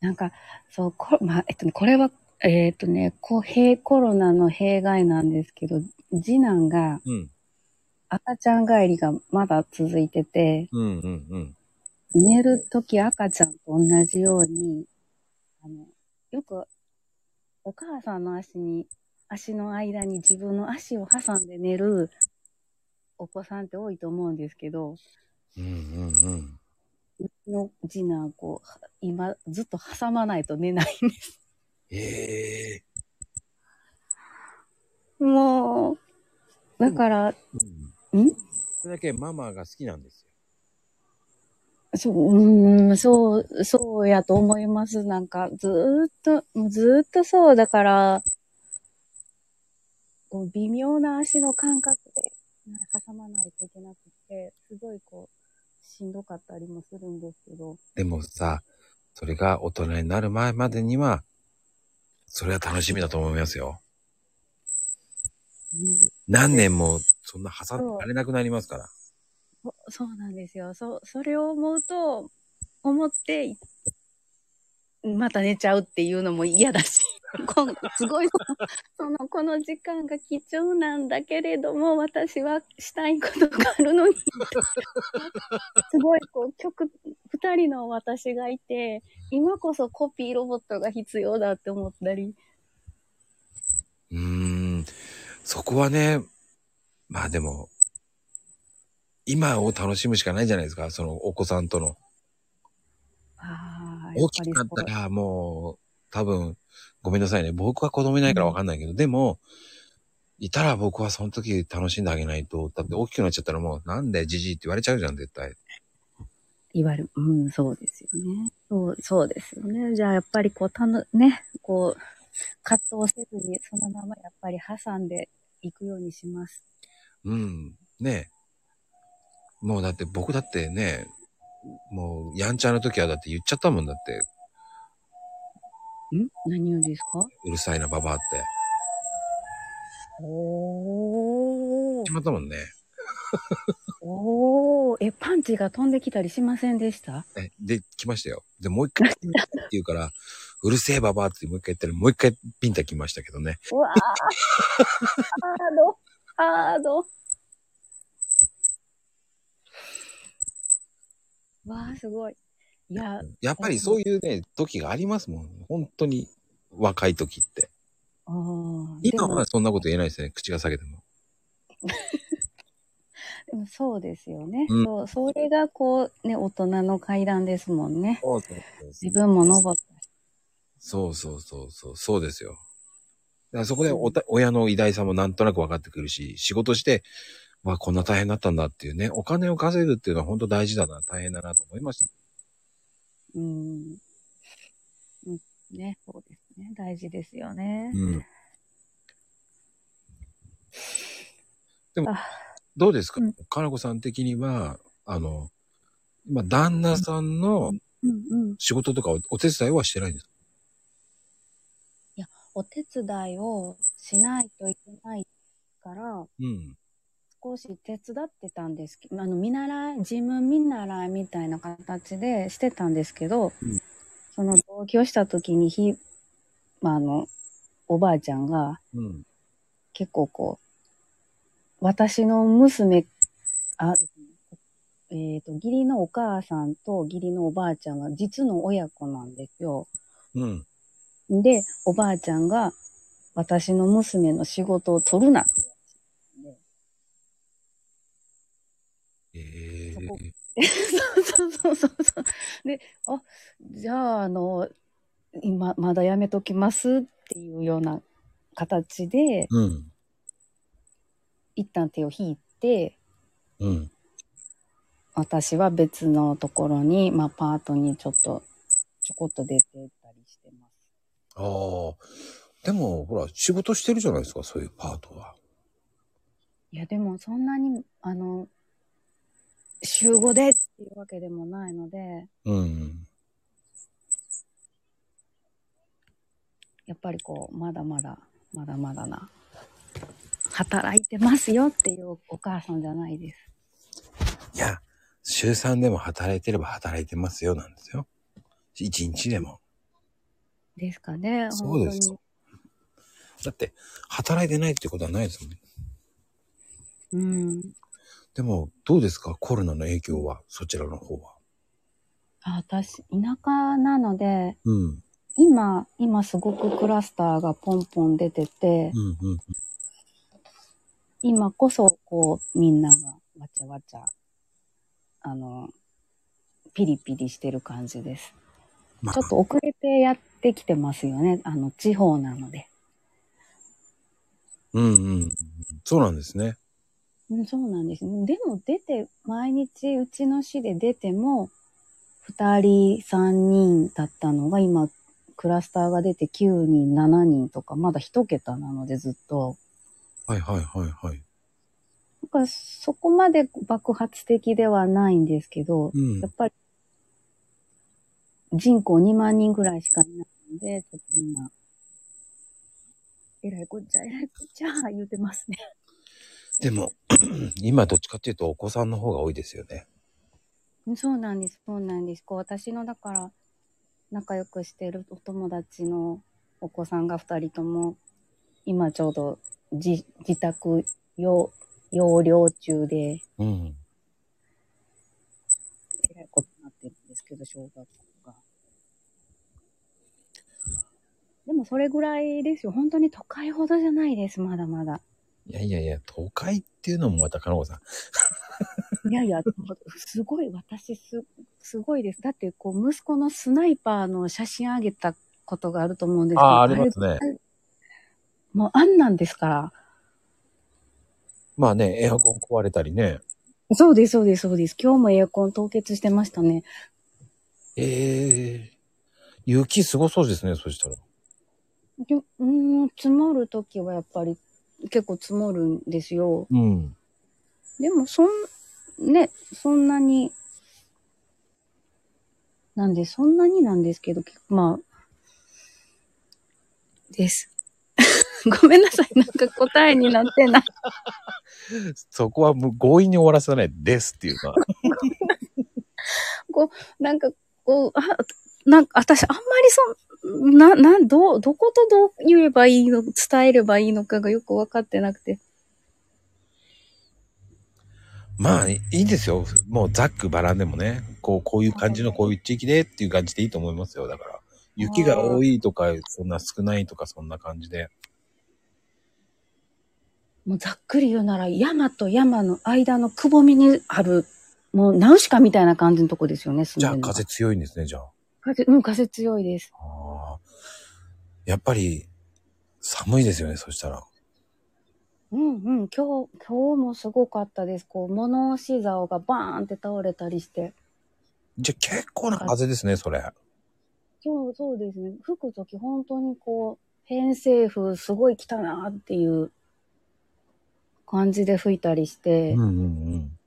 なんか、そう、こまあ、えっとね、これは、えーっとね、こ弊コロナの弊害なんですけど、次男がうん。赤ちゃん帰りがまだ続いてて、うんうんうん。寝るとき赤ちゃんと同じように、あの、よく、お母さんの足に、足の間に自分の足を挟んで寝るお子さんって多いと思うんですけど、うんうんうん。うちの次男、こう、今、ずっと挟まないと寝ないんです。ええ (laughs) もう、だから、うん。んそれだけママが好きなんですよ。そう、うーん、そう、そうやと思います。なんか、ずーっと、もうずーっとそう、だから、こう、微妙な足の感覚で、挟まないといけなくて、すごいこう、しんどかったりもするんですけど、でもさ、それが大人になる前までには、それは楽しみだと思いますよ。ね、何年もそんな挟んでられなくなりますから。そそうなんですよ。そう、それを思うと、思って、また寝ちゃうっていうのも嫌だし、 (laughs) こんすごいその、その、この時間が貴重なんだけれども、私はしたいことがあるのに、 (laughs) すごい、こう、曲、二人の私がいて、今こそコピーロボットが必要だって思ったり、うーん。そこはね、まあでも、今を楽しむしかないじゃないですか。そのお子さんとの。ああ、や大っぱきりくなそったう。ら、もう、多分、ごめんなさいね。僕は子供いないからわかんないけど、でも、いたら僕はその時楽しんであげないと、だって大きくなっちゃったらもう、なんでじじいって言われちゃうじゃん、絶対。いわゆる、うん、そうですよね。そう、そうですよね。じゃあ、やっぱりこう、たの、ね、こう、葛藤せずに、そのままやっぱり挟んでいくようにします。うん。ねえ。もうだって僕だってね、もう、やんちゃな時はだって言っちゃったもんだって、ん何をですかうるさいな、ババアって。言っおちまったもんね。おーえ、パンチが飛んできたりしませんでしたえで、来ましたよ。で、もう (laughs) 一回来ましたって言うから、うるせえババアってもう一回言ったら、もう一回ピンタ来ましたけどね。うわーハード、ハード。わー、すごい。いや、やっぱりそういうね、時がありますもん。本当に、若い時って。あーで今もはそんなこと言えないですね。口が裂けても。でもそうですよね。うんそう、それがこう、ね、大人の階段ですもんね。そうそう自分も登った。そうそうそうそう、そうですよ。だからそこでおた親の偉大さもなんとなく分かってくるし、仕事して、わあ、こんな大変だったんだっていうね、お金を稼ぐっていうのは本当大事だな、大変だなと思いました。うん。うんね、そうですね。大事ですよね。うん。でもあ、どうですか、うんかなこさん的には、あの、今、旦那さんのうんうん。仕事とかおお手伝いはしてないんですかお手伝いをしないといけないから、うん。少し手伝ってたんですけど、あの、見習い、事務見習いみたいな形でしてたんですけど、うんその同居した時にひ、まあ、あの、おばあちゃんが、うん。結構こう、私の娘、あ、えっ、と、義理のお母さんと義理のおばあちゃんが実の親子なんですよ。うん。で、おばあちゃんが、私の娘の仕事を取るな。ええそこ (laughs) そうそうそうそう。で、あ、じゃあ、あの、今、まだやめときますっていうような形で、うん。一旦手を引いて、うん。私は別のところに、まあ、パートにちょっと、ちょこっと出てったりしてます。ああ。でも、ほら、仕事してるじゃないですか、そういうパートは。いや、でもそんなに、あの、週5でっていうわけでもないので、うん。やっぱりこう、まだまだ、まだまだな、働いてますよっていうお母さんじゃないです。いや、週3でも働いてれば働いてますよ、なんですよ。1日でも。ですかね、そうです本だって、働いてないってことはないですもんね。当に。うん。でも、どうですかコロナの影響は、そちらの方は。あ私、田舎なので、うん。今、今すごくクラスターがポンポン出てて、うんうん。今こそ、こう、みんながわちゃわちゃ、あの、ピリピリしてる感じです。まあちょっと遅れてやってきてますよね。あの、地方なので。うんうん。そうなんですね。うん、そうなんですね。でも出て、毎日うちの市で出ても、二人、三人だったのが、今、クラスターが出て9人、7人とか、まだ一桁なのでずっと。はいはいはいはい。なんか、そこまで爆発的ではないんですけど、うんやっ。ぱり、人口2万人ぐらいしかいないので、ちょっとみんな、えらいこっちゃ、えらいこっちゃ、言うてますね。でも、 (clears throat) 今どっちかっていうとお子さんの方が多いですよね。そうなんです、そうなんです。こう、私の、だから、仲良くしてるお友達のお子さんが2人とも、今ちょうど、じ、自宅用、用料中で、うん。えらいことになってるんですけど、小学校が。でもそれぐらいですよ。本当に都会ほどじゃないです、まだまだ。いやいやいや、都会っていうのもまた、かのこさん。いやいや、すごい、私す、すごいです。だって、こう、息子のスナイパーの写真あげたことがあると思うんですけど、ああ、ありますね。もうあんなんですから。まあね、エアコン壊れたりね。そうです、そうです、そうです。今日もエアコン凍結してましたね。ええ雪すごそうですね、そしたら。でうーん、積もるときはやっぱり結構積もるんですよ。うん。でも、そん、ね、そんなに、なんで、そんなになんですけど、結構まあ、です。 (laughs) ごめんなさい、なんか答えになってない。そこはもう強引に終わらせないですっていうのは。なんか、こう、あ、なんか、私、あんまりそん、な、なん、どう、どことどう言えばいいの、伝えればいいのかがよくわかってなくて。 (laughs) まあ、いいですよ。もうざっくばらんでもね、こう、こういう感じのこういう地域でっていう感じでいいと思いますよ。だから、雪が多いとか、そんな少ないとか、そんな感じで。もうざっくり言うなら、山と山の間のくぼみにある、もうナウシカみたいな感じのとこですよね、じ住ゃんあ、でるのが風強いんですね、じゃあ。風、うん、風強いです。ああ。やっぱり、寒いですよね、そしたら。うんうん、今日、今日もすごかったです。こう、物干し竿がバーンって倒れたりして。じゃあ、結構な風ですね、それ。そう、そうですね。吹くとき本当にこう、偏西風すごい来たなっていう感じで吹いたりして、うんうんうん。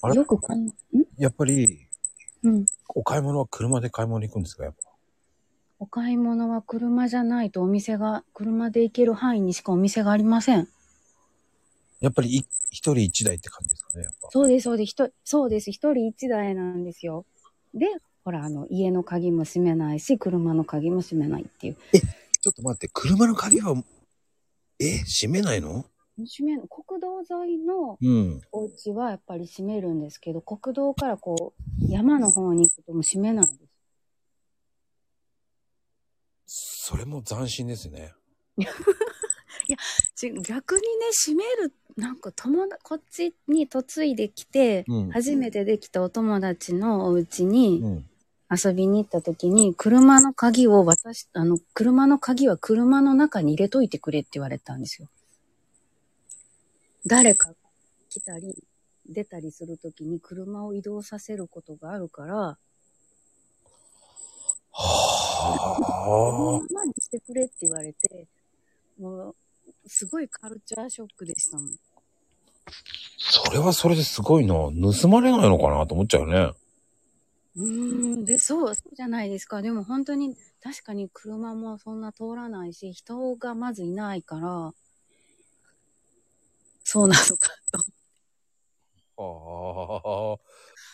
あれよくこん、んやっぱり、うん。お買い物は車で買い物に行くんですか、やっぱ。お買い物は車じゃないとお店が、車で行ける範囲にしかお店がありません。やっぱりい、一人一台って感じですかね、やっぱ。そうです、そうです。ひとそうです。一人一台なんですよ。で、ほら、あの、家の鍵も閉めないし、車の鍵も閉めないっていう。ちょっと待って、車の鍵は、え閉めないの閉める国道沿いのうん。お家はやっぱり閉めるんですけど、国道からこう、山の方に行くともう閉めないです。それも斬新ですね。ち逆にね、閉める、なんか友達、こっちに嫁いできて、うん初めてできたお友達のお家にうん。遊びに行った時に、車の鍵を渡し、あの、車の鍵は車の中に入れといてくれって言われたんですよ。誰か来たり、出たりするときに車を移動させることがあるから、はまあ、してくれって言われて、もう、すごいカルチャーショックでしたもん。あ。それはそれですごいな。盗まれないのかなと思っちゃうね。うーん、で、そう、そうじゃないですか。でも本当に、確かに車もそんな通らないし、人がまずいないから、そうなのかと。はあ。 (laughs)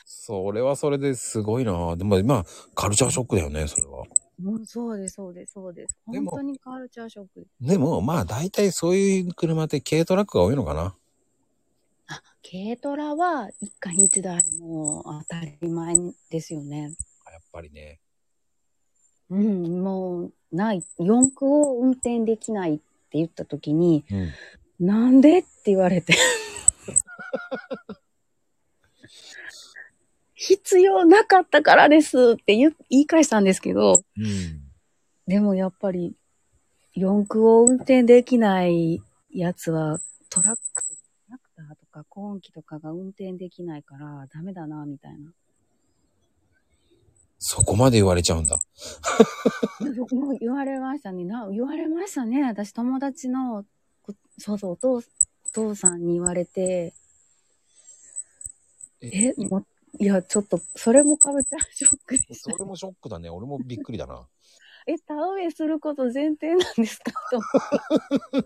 それはそれですごいな。でも今、カルチャーショックだよね、それは。うん、そうです、そうです、そうです。で本も当にカルチャーショック。でも、まあ大体そういう車って軽トラックが多いのかな。あ、軽トラは一家に一台もう当たり前ですよね。やっぱりね。うん、もう、ない。四駆を運転できないって言った時に、うん。なんでって言われて。必要なかったからですって言う言い返したんですけど、うん。でもやっぱり、四駆を運転できないやつは、トラックとか、トラクターとか、コーン機とかが運転できないから、ダメだな、みたいな。そこまで言われちゃうんだ。僕も言われましたね。な、言われましたね。私、友達の、こそうそう、お父お父さんに言われて、え、もいや、ちょっと、それもカルチャーショックで (laughs) しそた。れもショックだね。俺もびっくりだな。え、田植えすること前提なんですか (laughs)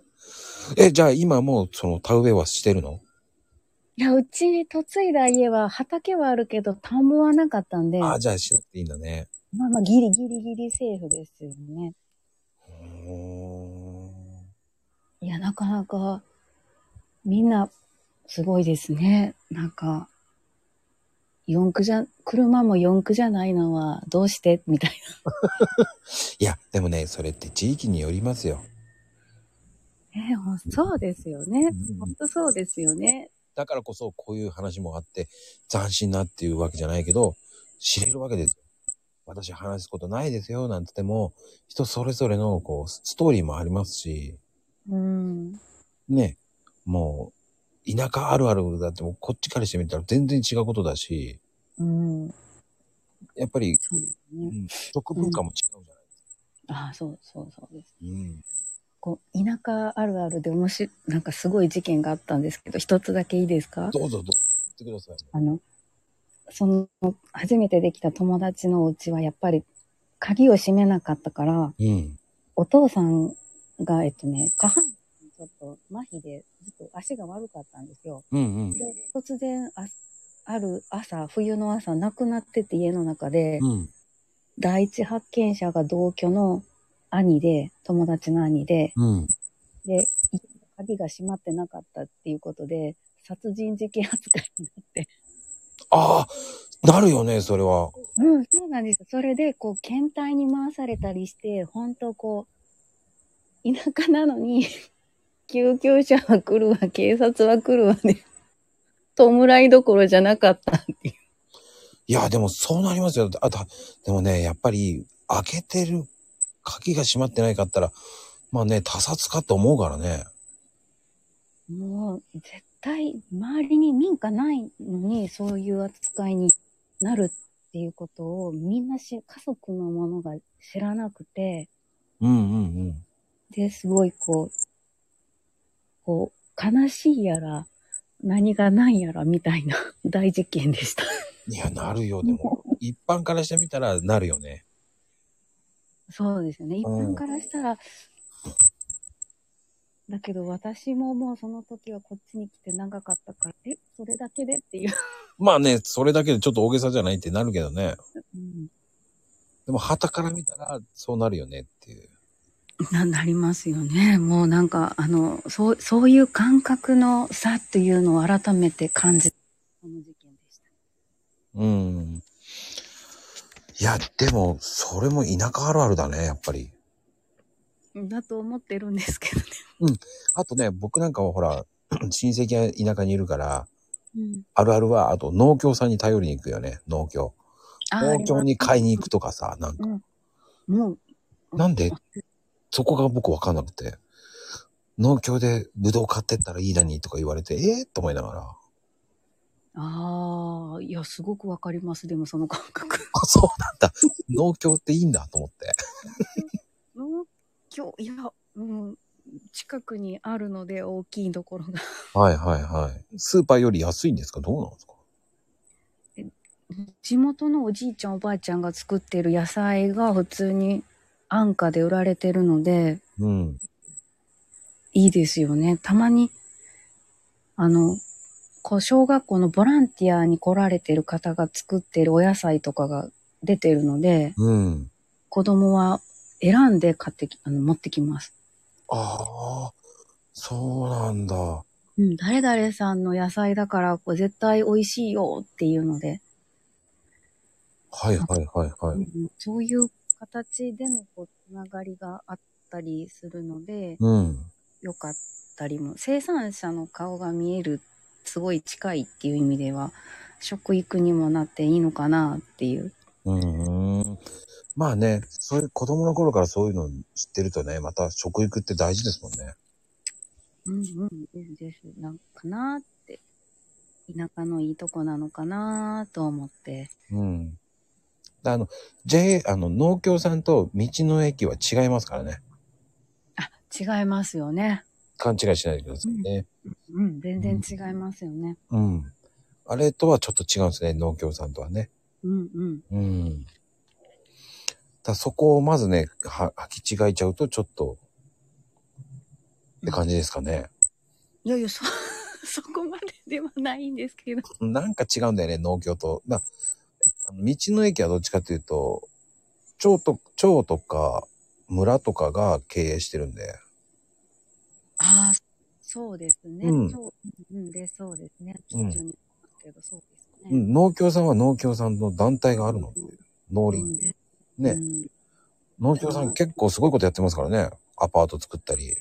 と。え、じゃあ今もうその田植えはしてるのいや、うちに嫁いだ家は畑はあるけど、田んぼはなかったんで、あまあ、じゃあしなくていいんだね。あまあ、ギリギリギリセーフですよね。うーんいや、なかなか、みんな、すごいですね。なんか、四駆じゃ、車も四駆じゃないのは、どうしてみたいいや、でもね、それって地域によりますよ。な。 (laughs) え、ほんそうですよねうんほんとそうですよね。だからこそこういう話もあって、斬新なっていうわけじゃないけど、知れるわけですよ。私話すことないですよ、なんて言っても、人それぞれのこう、ストーリーもありますし、うん。ね、もう、田舎あるあるだってもうこっちからしてみたら全然違うことだし、うん。やっぱり、そうですうね。ん、食文化も違うじゃない。ああ、そうそうそうです。うん。こう、田舎あるあるで面白い、なんかすごい事件があったんですけど、一つだけいいですかどうぞどうぞ、言ってください。あの、その、初めてできた友達のお家はやっぱり鍵を閉めなかったから、うん。お父さんが、えっとね、下半身ちょっと麻痺で、ずっと足が悪かったんですよ。うんうん。で、突然、あある朝、冬の朝、亡くなってて家の中で、うん。第一発見者が同居の兄で、友達の兄で、うん。で、家の鍵が閉まってなかったっていうことで、殺人事件扱いになって。ああ、なるよね、それは。うん、そうなんです。それで、こう、検体に回されたりして、本当こう、田舎なのに、 (laughs) 救急車は来るわ、警察は来るわね。弔いどころじゃなかったっていう。いや、でもそうなりますよ。あだでもね、やっぱり、開けてる、鍵が閉まってないかったら、まあね、他殺かと思うからね。もう、絶対、周りに民家ないのに、そういう扱いになるっていうことを、みんなし、家族のものが知らなくて、うんうんうん。で、すごいこう、こう、悲しいやら、何がないやらみたいな (laughs) 大事件でした。いや、なるよ。でも、一般からしてみたら、なるよね。そうですよね。一うん般からしたら、だけど私ももうその時はこっちに来て長かったから、え、それだけでっていう。まあね、それだけでちょっと大げさじゃないってなるけどね。うんでも、旗から見たら、そうなるよねっていう。ななりますよね。もうなんか、あの、そう、そういう感覚の差っていうのを改めて感じた、この事件でした。うん。いや、でも、それも田舎あるあるだね、やっぱり。だと思ってるんですけどね。あとね、僕なんかはほら、親戚が田舎にいるから、うん。あるあるは、あと農協さんに頼りに行くよね、農協。農協に買いに行くとかさ、なんか、もう、なんでそこが僕わかんなくて、農協でブドウ買ってったらいいのにとか言われて、ええと思いながら。あ、ああ、いや、すごくわかります。でもその感覚。そうなんだ。農協っていいんだと思って。の今日、いや、うん、近くにあるので大きいところが。はいはいはい。スーパーより安いんですかどうなんですか地元のおじいちゃんおばあちゃんが作ってる野菜が普通に安価で売られてるので、うん。いいですよね。たまに、あの、こう、小学校のボランティアに来られてる方が作ってるお野菜とかが出てるので、うん。子供は選んで買ってき、あの、持ってきます。ああ、そうなんだ。うん、誰々さんの野菜だから、こう絶対美味しいよっていうので、はいはいはいはうい。んそういう形でのこうつながりがあったりするので、うん。良かったりも、生産者の顔が見える、すごい近いっていう意味では、食育にもなっていいのかなっていう。うんうん。まあね、そういう子供の頃からそういうの知ってるとね、また食育って大事ですもんね。うんうん、ですです。なんかなって。田舎のいいとこなのかなと思って。うん。だあの、J、あの、農協さんと道の駅は違いますからね。あ、違いますよね。勘違いしないでくださいね。うん、全然違いますよね。うん。あれとはちょっと違うんですね、農協さんとはね。うんうん。うん。だそこをまずね、は、履き違えちゃうとちょっと、って感じですかね。いやいや、そ、 (laughs) そこまでではないんですけど。なんか違うんだよね、農協と。なあの道の駅はどっちかというと、町と、町とか村とかが経営してるんで。ああ、そうですね。うんそううん、で、そうですね。うん近所にあるけど、そうですうね。ん、農協さんは農協さんの団体があるので、農う林。ん、ね、うん農協さん結構すごいことやってますからね。アパート作ったり、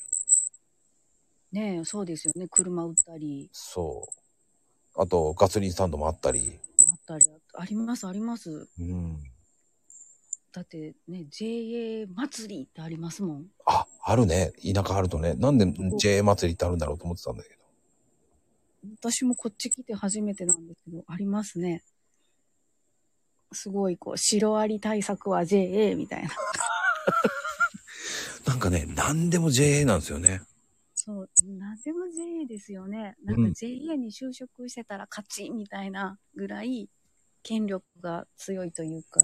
ねえそうですよね。車売ったり、そう。あと、ガソリンスタンドもあったり。あったり、あります、あります。うん。だってね、JA 祭りってありますもん。あ、あるね。田舎あるとね。なんで JA 祭りってあるんだろうと思ってたんだけど。私もこっち来て初めてなんですけど、ありますね。すごい、こう、シロアリ対策は JA みたいな。なんかね、なんでも JA なんですよね。そう、なんでも JA ですよね。なうんんか JA に就職してたら勝ちみたいなぐらい権力が強いというか、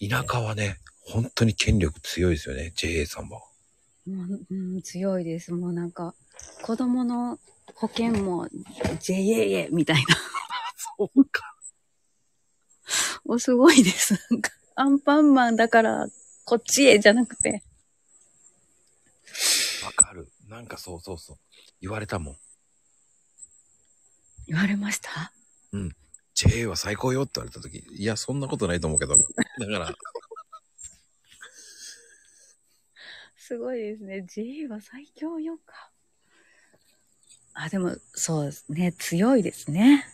田舎はね、本当に権力強いですよね。JA さんは。もううん、強いです。もうなんか、子供の保険も JA みたいな。そうか。 (laughs) お、すごいです。なんかアンパンマンだからこっちへじゃなくて。わかる。なんかそうそうそう。言われたもん。言われました JA は最高よって言われた時、いや、そんなことないと思うけど。だから、すごいですね。JA は最強よか。あ、でも、そうですね。強いですね。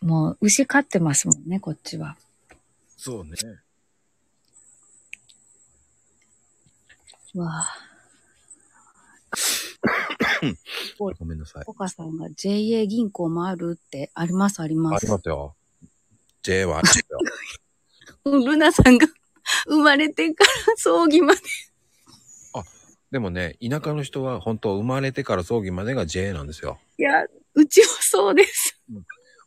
もう、牛飼ってますもんね、こっちは。そうね。うわあ。ごめんなさい。岡さんが JA 銀行もあるって、あります、ありまあす。りますよ。J はありますよ。 (laughs) うんルナさんが (laughs) 生まれてから葬儀まで。でもね、田舎の人は本当生まれてから葬儀までが JA なんですよ。いや、うちもそうです。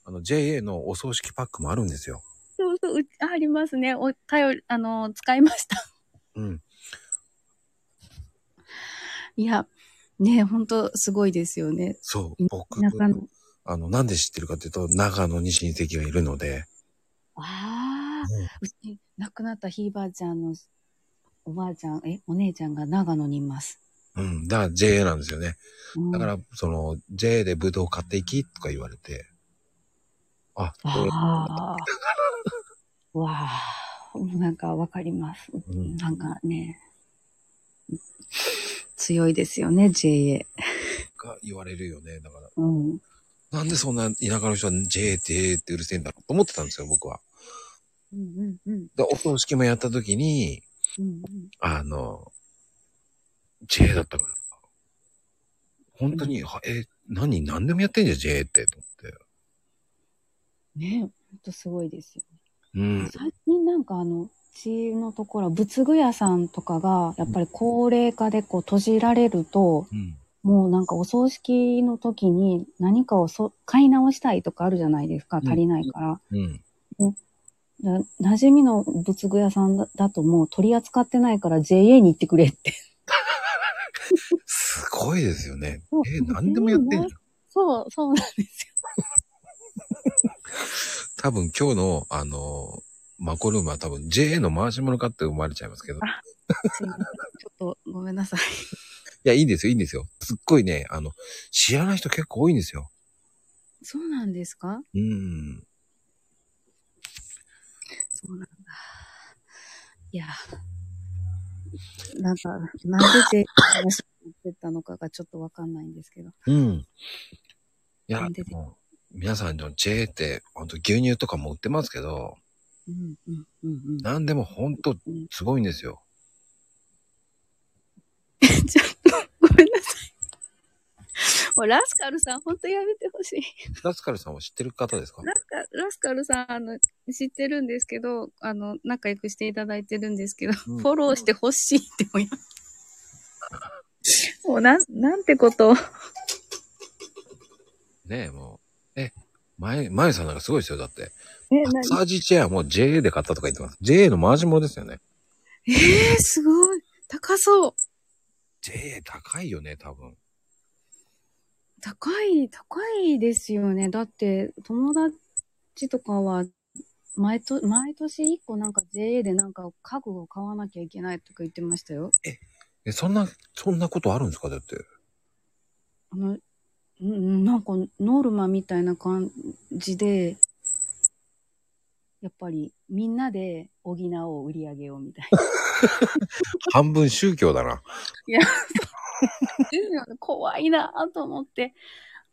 あの JA のお葬式パックもあるんですよ。そうそう、うちあありますね。お、頼り、あの、使いました。うん。いや、ね、ほんと、すごいですよね。そう。僕田、舎の。あの、なんで知ってるかっていうと、長野に親戚がいるので、ああ、うち、亡くなったひいばあちゃんのおばあちゃん、え、お姉ちゃんが長野にいます。うん。だから JA なんですよね。うんだから、その、JA でブドウ買っていきとか言われて。あ、ああ。わあ。もうなんかわかります。うんなんかね。強いですよね、JA。が言われるよね。だから、うん。なんでそんな田舎の人は JA って JA ってうるせえんだろうと思ってたんですよ、僕は。うんうんうん。で、お葬式もやった時に、うんあの、JA だったから。本当に、はえ、何、何でもやってんじゃん、JA って、と思って。ねほんとすごいですよ。うん。最近なんかあの、うちのところは仏具屋さんとかが、やっぱり高齢化でこう閉じられると、うん。もうなんかお葬式の時に何かをそ買い直したいとかあるじゃないですか、うん足りないから。うん。な馴染みの仏具屋さんだだともう取り扱ってないから JA に行ってくれって。すごいですよね。そうえ、何でもやってんじゃん。 (laughs) そう、そうなんです多分今日の、あの、マコルームは多分 JA の回し物かって思われちゃいますけど。いあよ。すいませんちょっとごめんなさい。や、いいんですよ、いいんですよ。すっごいね、あの、知らない人結構多いんですよ。 (laughs) そうなんですかうん。そうなんだ。いや、なんか、なんで JA の話になってったのかがちょっとわかんないんですけど。うん。いやなん、ででも、皆さんの JA って、ほんと牛乳とかも売ってますけど、うん、うん、うん、うん。何でもほんとすごいんですよ。 (laughs) ちょっと、ごめんなさい。もうラスカルさん、ほんとやめてほしい。ラスカルさんは知ってる方ですかラスカラスカルさん、あの、知ってるんですけど、あの、仲良くしていただいてるんですけど、うんフォローしてほしいってもや。 (laughs) もう、なん、なんてことを。ねえ、もう。え、まゆ、まゆさんなんかすごいですよ、だって。え、マッサージチェアも JA で買ったとか言ってます。JA の回し物ですよね。えー、すごい。高そう。 JA 高いよね、多分。高い、高いですよね。だって、友達とかは、毎年、毎年一個なんか JA でなんか家具を買わなきゃいけないとか言ってましたよ。え、そんな、そんなことあるんですかだって。あの、うんうん、なんかノルマみたいな感じで、やっぱりみんなで補おう、売り上げをみたいな。半分宗教だな。ですよね (laughs) 怖いなぁと思って、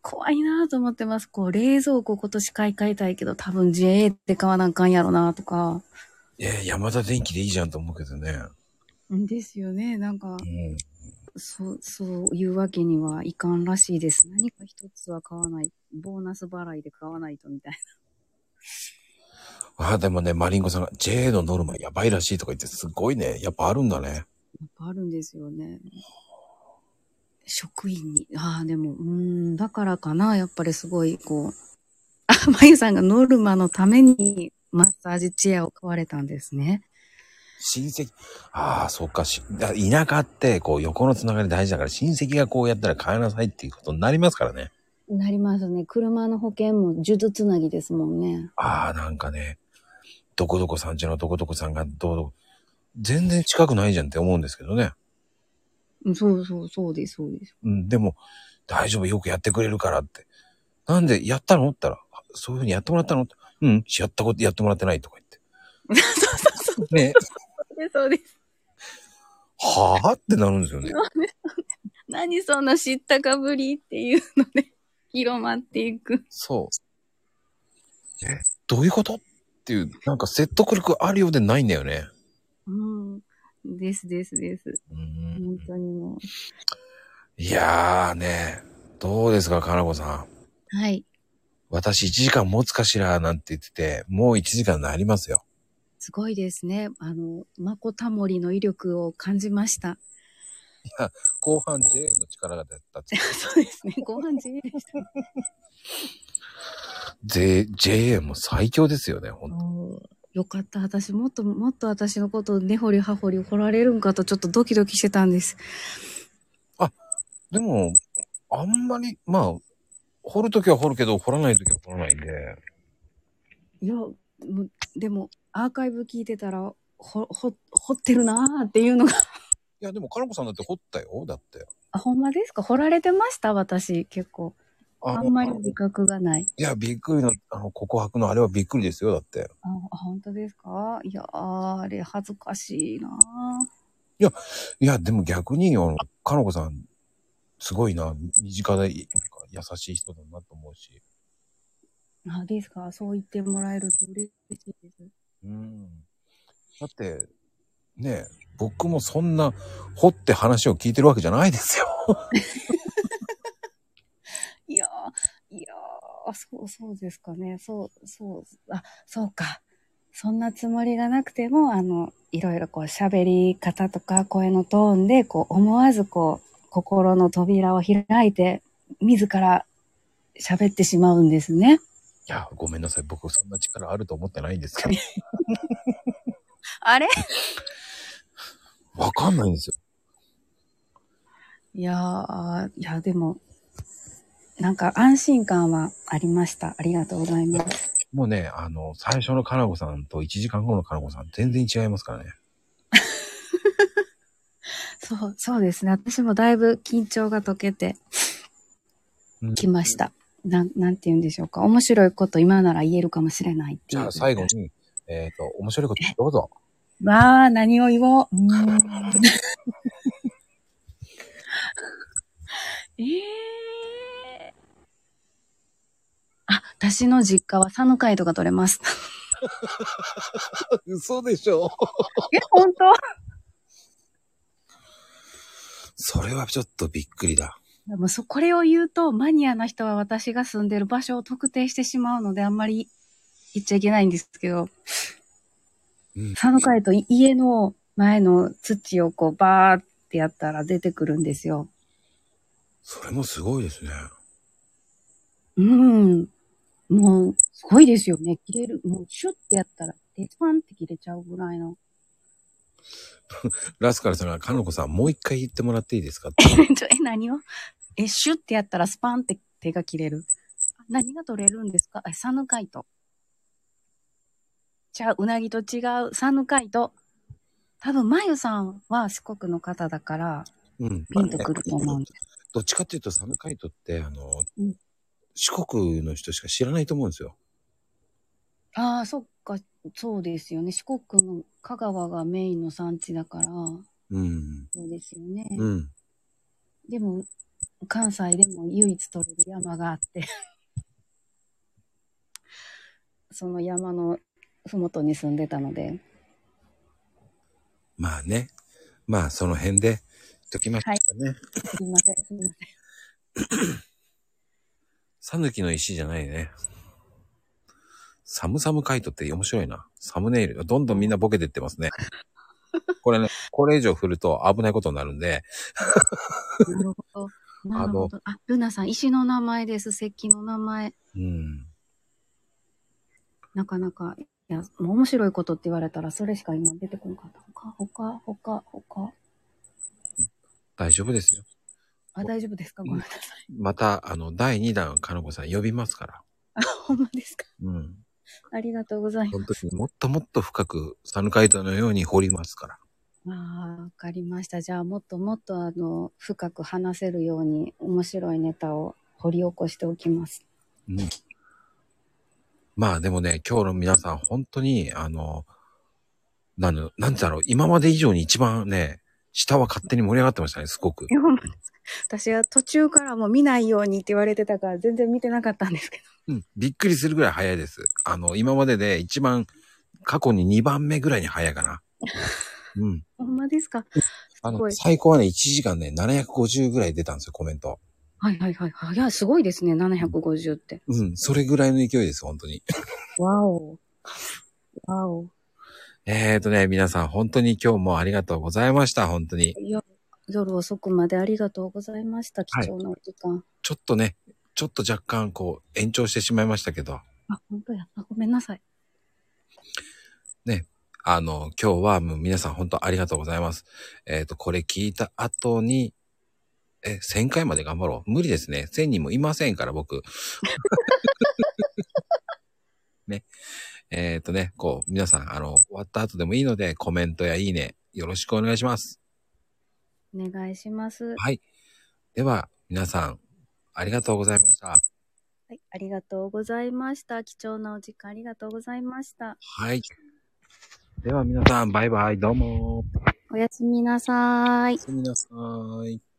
怖いなぁと思ってます。こう、冷蔵庫今年買い替えたいけど、多分 JA って買わなあかんやろなとか。えー、山田電機でいいじゃんと思うけどね。ですよね。なんかう、ん。そう、そういうわけにはいかんらしいです。何か一つは買わない。ボーナス払いで買わないとみたいあー、でもね、マリンコさんが JA のノルマやばいらしいとか言って、すごいね。やっぱあるんだね。な。やっぱあるんですよね。職員に。ああ、でも、うーん、だからかな。やっぱりすごい、こう。あ、まゆさんがノルマのためにマッサージチェアを買われたんですね。親戚、ああ、そっかし、だ田舎って、こう、横のつながり大事だから、親戚がこうやったら買いなさいっていうことになりますからね。なりますね。車の保険も数珠つなぎですもんね。ああ、なんかね、どこどこさんちのどこどこさんがどうどう、全然近くないじゃんって思うんですけどね。そうそう、そうです、そうです。うん、でも、大丈夫、よくやってくれるからって。なんで、やったのって言ったら、あそういうふうにやってもらったのってうん、やったこと、やってもらってないとか言って。 (laughs) そうそうそう。ね、そうです。はぁってなるんですよね。何その知ったかぶりっていうので、広まっていく。そう。え、どういうことっていう、なんか説得力あるようでないんだよね。うん。です、です、です。う本ん。当にもう。いやーね、どうですか、かなこさん。はい。私1時間持つかしらなんて言ってて、もう1時間になりますよ。すごいですね。あの、マコタモリの威力を感じました。後半 J の力が出た (laughs) って。 (laughs) そうですね。ご飯自由でした。 J、JA も最強ですよね、ほんとよかった。私、もっと、もっと私のことを根掘り葉掘り掘られるんかとちょっとドキドキしてたんです。でも、あんまり、まあ、掘るときは掘るけど、掘らないときは掘らないんで。いや、もうでも、アーカイブ聞いてたら、ほ、ほ、掘ってるなーっていうの (laughs) が。いや、でも、かなこさんだって掘ったよ。だって。あ、ほんまですか掘られてました私、結構。ああのんまり自覚がない。いや、びっくりの、あの、告白のあれはびっくりですよ。だって。あ、あ本当ですかいやー、あれ恥ずかしいなーいや、でも逆に、あの、かのこさん、すごいな。身近で、なんか優しい人だなと思うし。あ、ですかそう言ってもらえると嬉しいです。うん。だって、ねえ、僕もそんな、掘って話を聞いてるわけじゃないですよ。いやー、いやー、そう、そうですかね。そう、そう、あ、そうか。そんなつもりがなくても、あの、いろいろこう喋り方とか声のトーンで、こう思わずこう、心の扉を開いて、自ら喋ってしまうんですね。いや、ごめんなさい。僕、そんな力あると思ってないんですけど。あれわかんないんですよ。いやー、いや、でも、なんか安心感はありました。ありがとうございます。もうね、あの、最初のかなこさんと1時間後のかなこさん、全然違いますからね。そう、そうですね。私もだいぶ緊張が解けてうんきました。なん、なんて言うんでしょうか。面白いこと今なら言えるかもしれないってじいう。ゃあ、最後に、えっ、と、面白いことどうぞ。わあ、何を言おう。うーん (laughs) ええあ、私の実家は寒海とが取れます。 (laughs) 嘘でしょえ、本当それはちょっとびっくりだ。でもそ、これを言うと、マニアな人は私が住んでる場所を特定してしまうので、あんまり言っちゃいけないんですけど、うん。サノカイとい家の前の土をこう、バーってやったら出てくるんですよ。それもすごいですね。うん。もう、すごいですよね。切れる。もう、シュッてやったら、デパンって切れちゃうぐらいの。ラスカルさんが、かのこさん、もう一回言ってもらっていい (laughs) ですかってちょえ、何をえ、シュッてやったらスパンって手が切れる。あ何が取れるんですかえ、サヌカイト。じゃあ、うなぎと違う、サヌカイト。多分、まゆさんは四国の方だから、うん。ピンとくると思うんです。どっちかっていうと、サムカイトって、あの、うん四国の人しか知らないと思うんですよ。ああ、そっか、そうですよね。四国の香川がメインの産地だから、うん。そうですよね。うん。でも、関西でも唯一取れる山があって、 (laughs) その山のふもとに住んでたので、まあね。まあ、その辺で、ときましたね。すみません、すみません。さぬきの石じゃないね。サムサムカイトって面白いな。サムネイル。どんどんみんなボケてってます (laughs) ね。これね、これ以上振ると危ないことになるんで、なるほど。なるほど。あ、ルナさん、石の名前です。石器の名前。うん。なかなか、いや、もう面白いことって言われたら、それしか今出てこなかった。他、他、他、他。大丈夫ですよ。あ、大丈夫ですかうんごめんなさい。また、あの、第2弾、かのこさん呼びますから。ほんまですかうん。ありがとうございそまの時にもっともっと深く、サムカイトのように掘りますから。す。ああ、わかりました。じゃあ、もっともっと、あの、深く話せるように、面白いネタを掘り起こしておきます。うん。まあでもね、今日の皆さん、本当に、あの、なんだなんだろう、今まで以上に一番ね、下は勝手に盛り上がってましたね、すごく。私は途中からもう見ないようにって言われてたから、全然見てなかったんですけうど。ん、びっくりするぐらい早いです。あの、今までで一番、過去に2番目ぐらいに早い (laughs) かな。うん。 (laughs) ほんまですかあすごの、い最高はね、1時間ね、750ぐらい出たんですよ、コメント。はいはいはいはい。いや、すごいですね。750って。うん、それぐらいの勢いです、本当に。わお。わお。えーとね、皆さん、本当に今日もありがとうございました、本当に。夜夜遅くまでありがとうございました。貴はい重なお時間。ちょっとね、ちょっと若干、こう、延長してしまいましたけど、あ、本当や。あ、ごめんなさい。あの、今日はもう皆さん本当ありがとうございます。えっ、と、これ聞いた後に、え、1000回まで頑張ろう。無理ですね。1000人もいませんから、僕。ね。えっ、とね、こう、皆さん、あの、終わった後でもいいので、コメントやいいね、よろしくお願いします。お願いします。はい。では、皆さん、ありがとうございました。はい、ありがとうございました。貴重なお時間ありがとうございました。はい。では、皆さん、バイバイ、どうも。おやすみなさーいお。やすみなさい。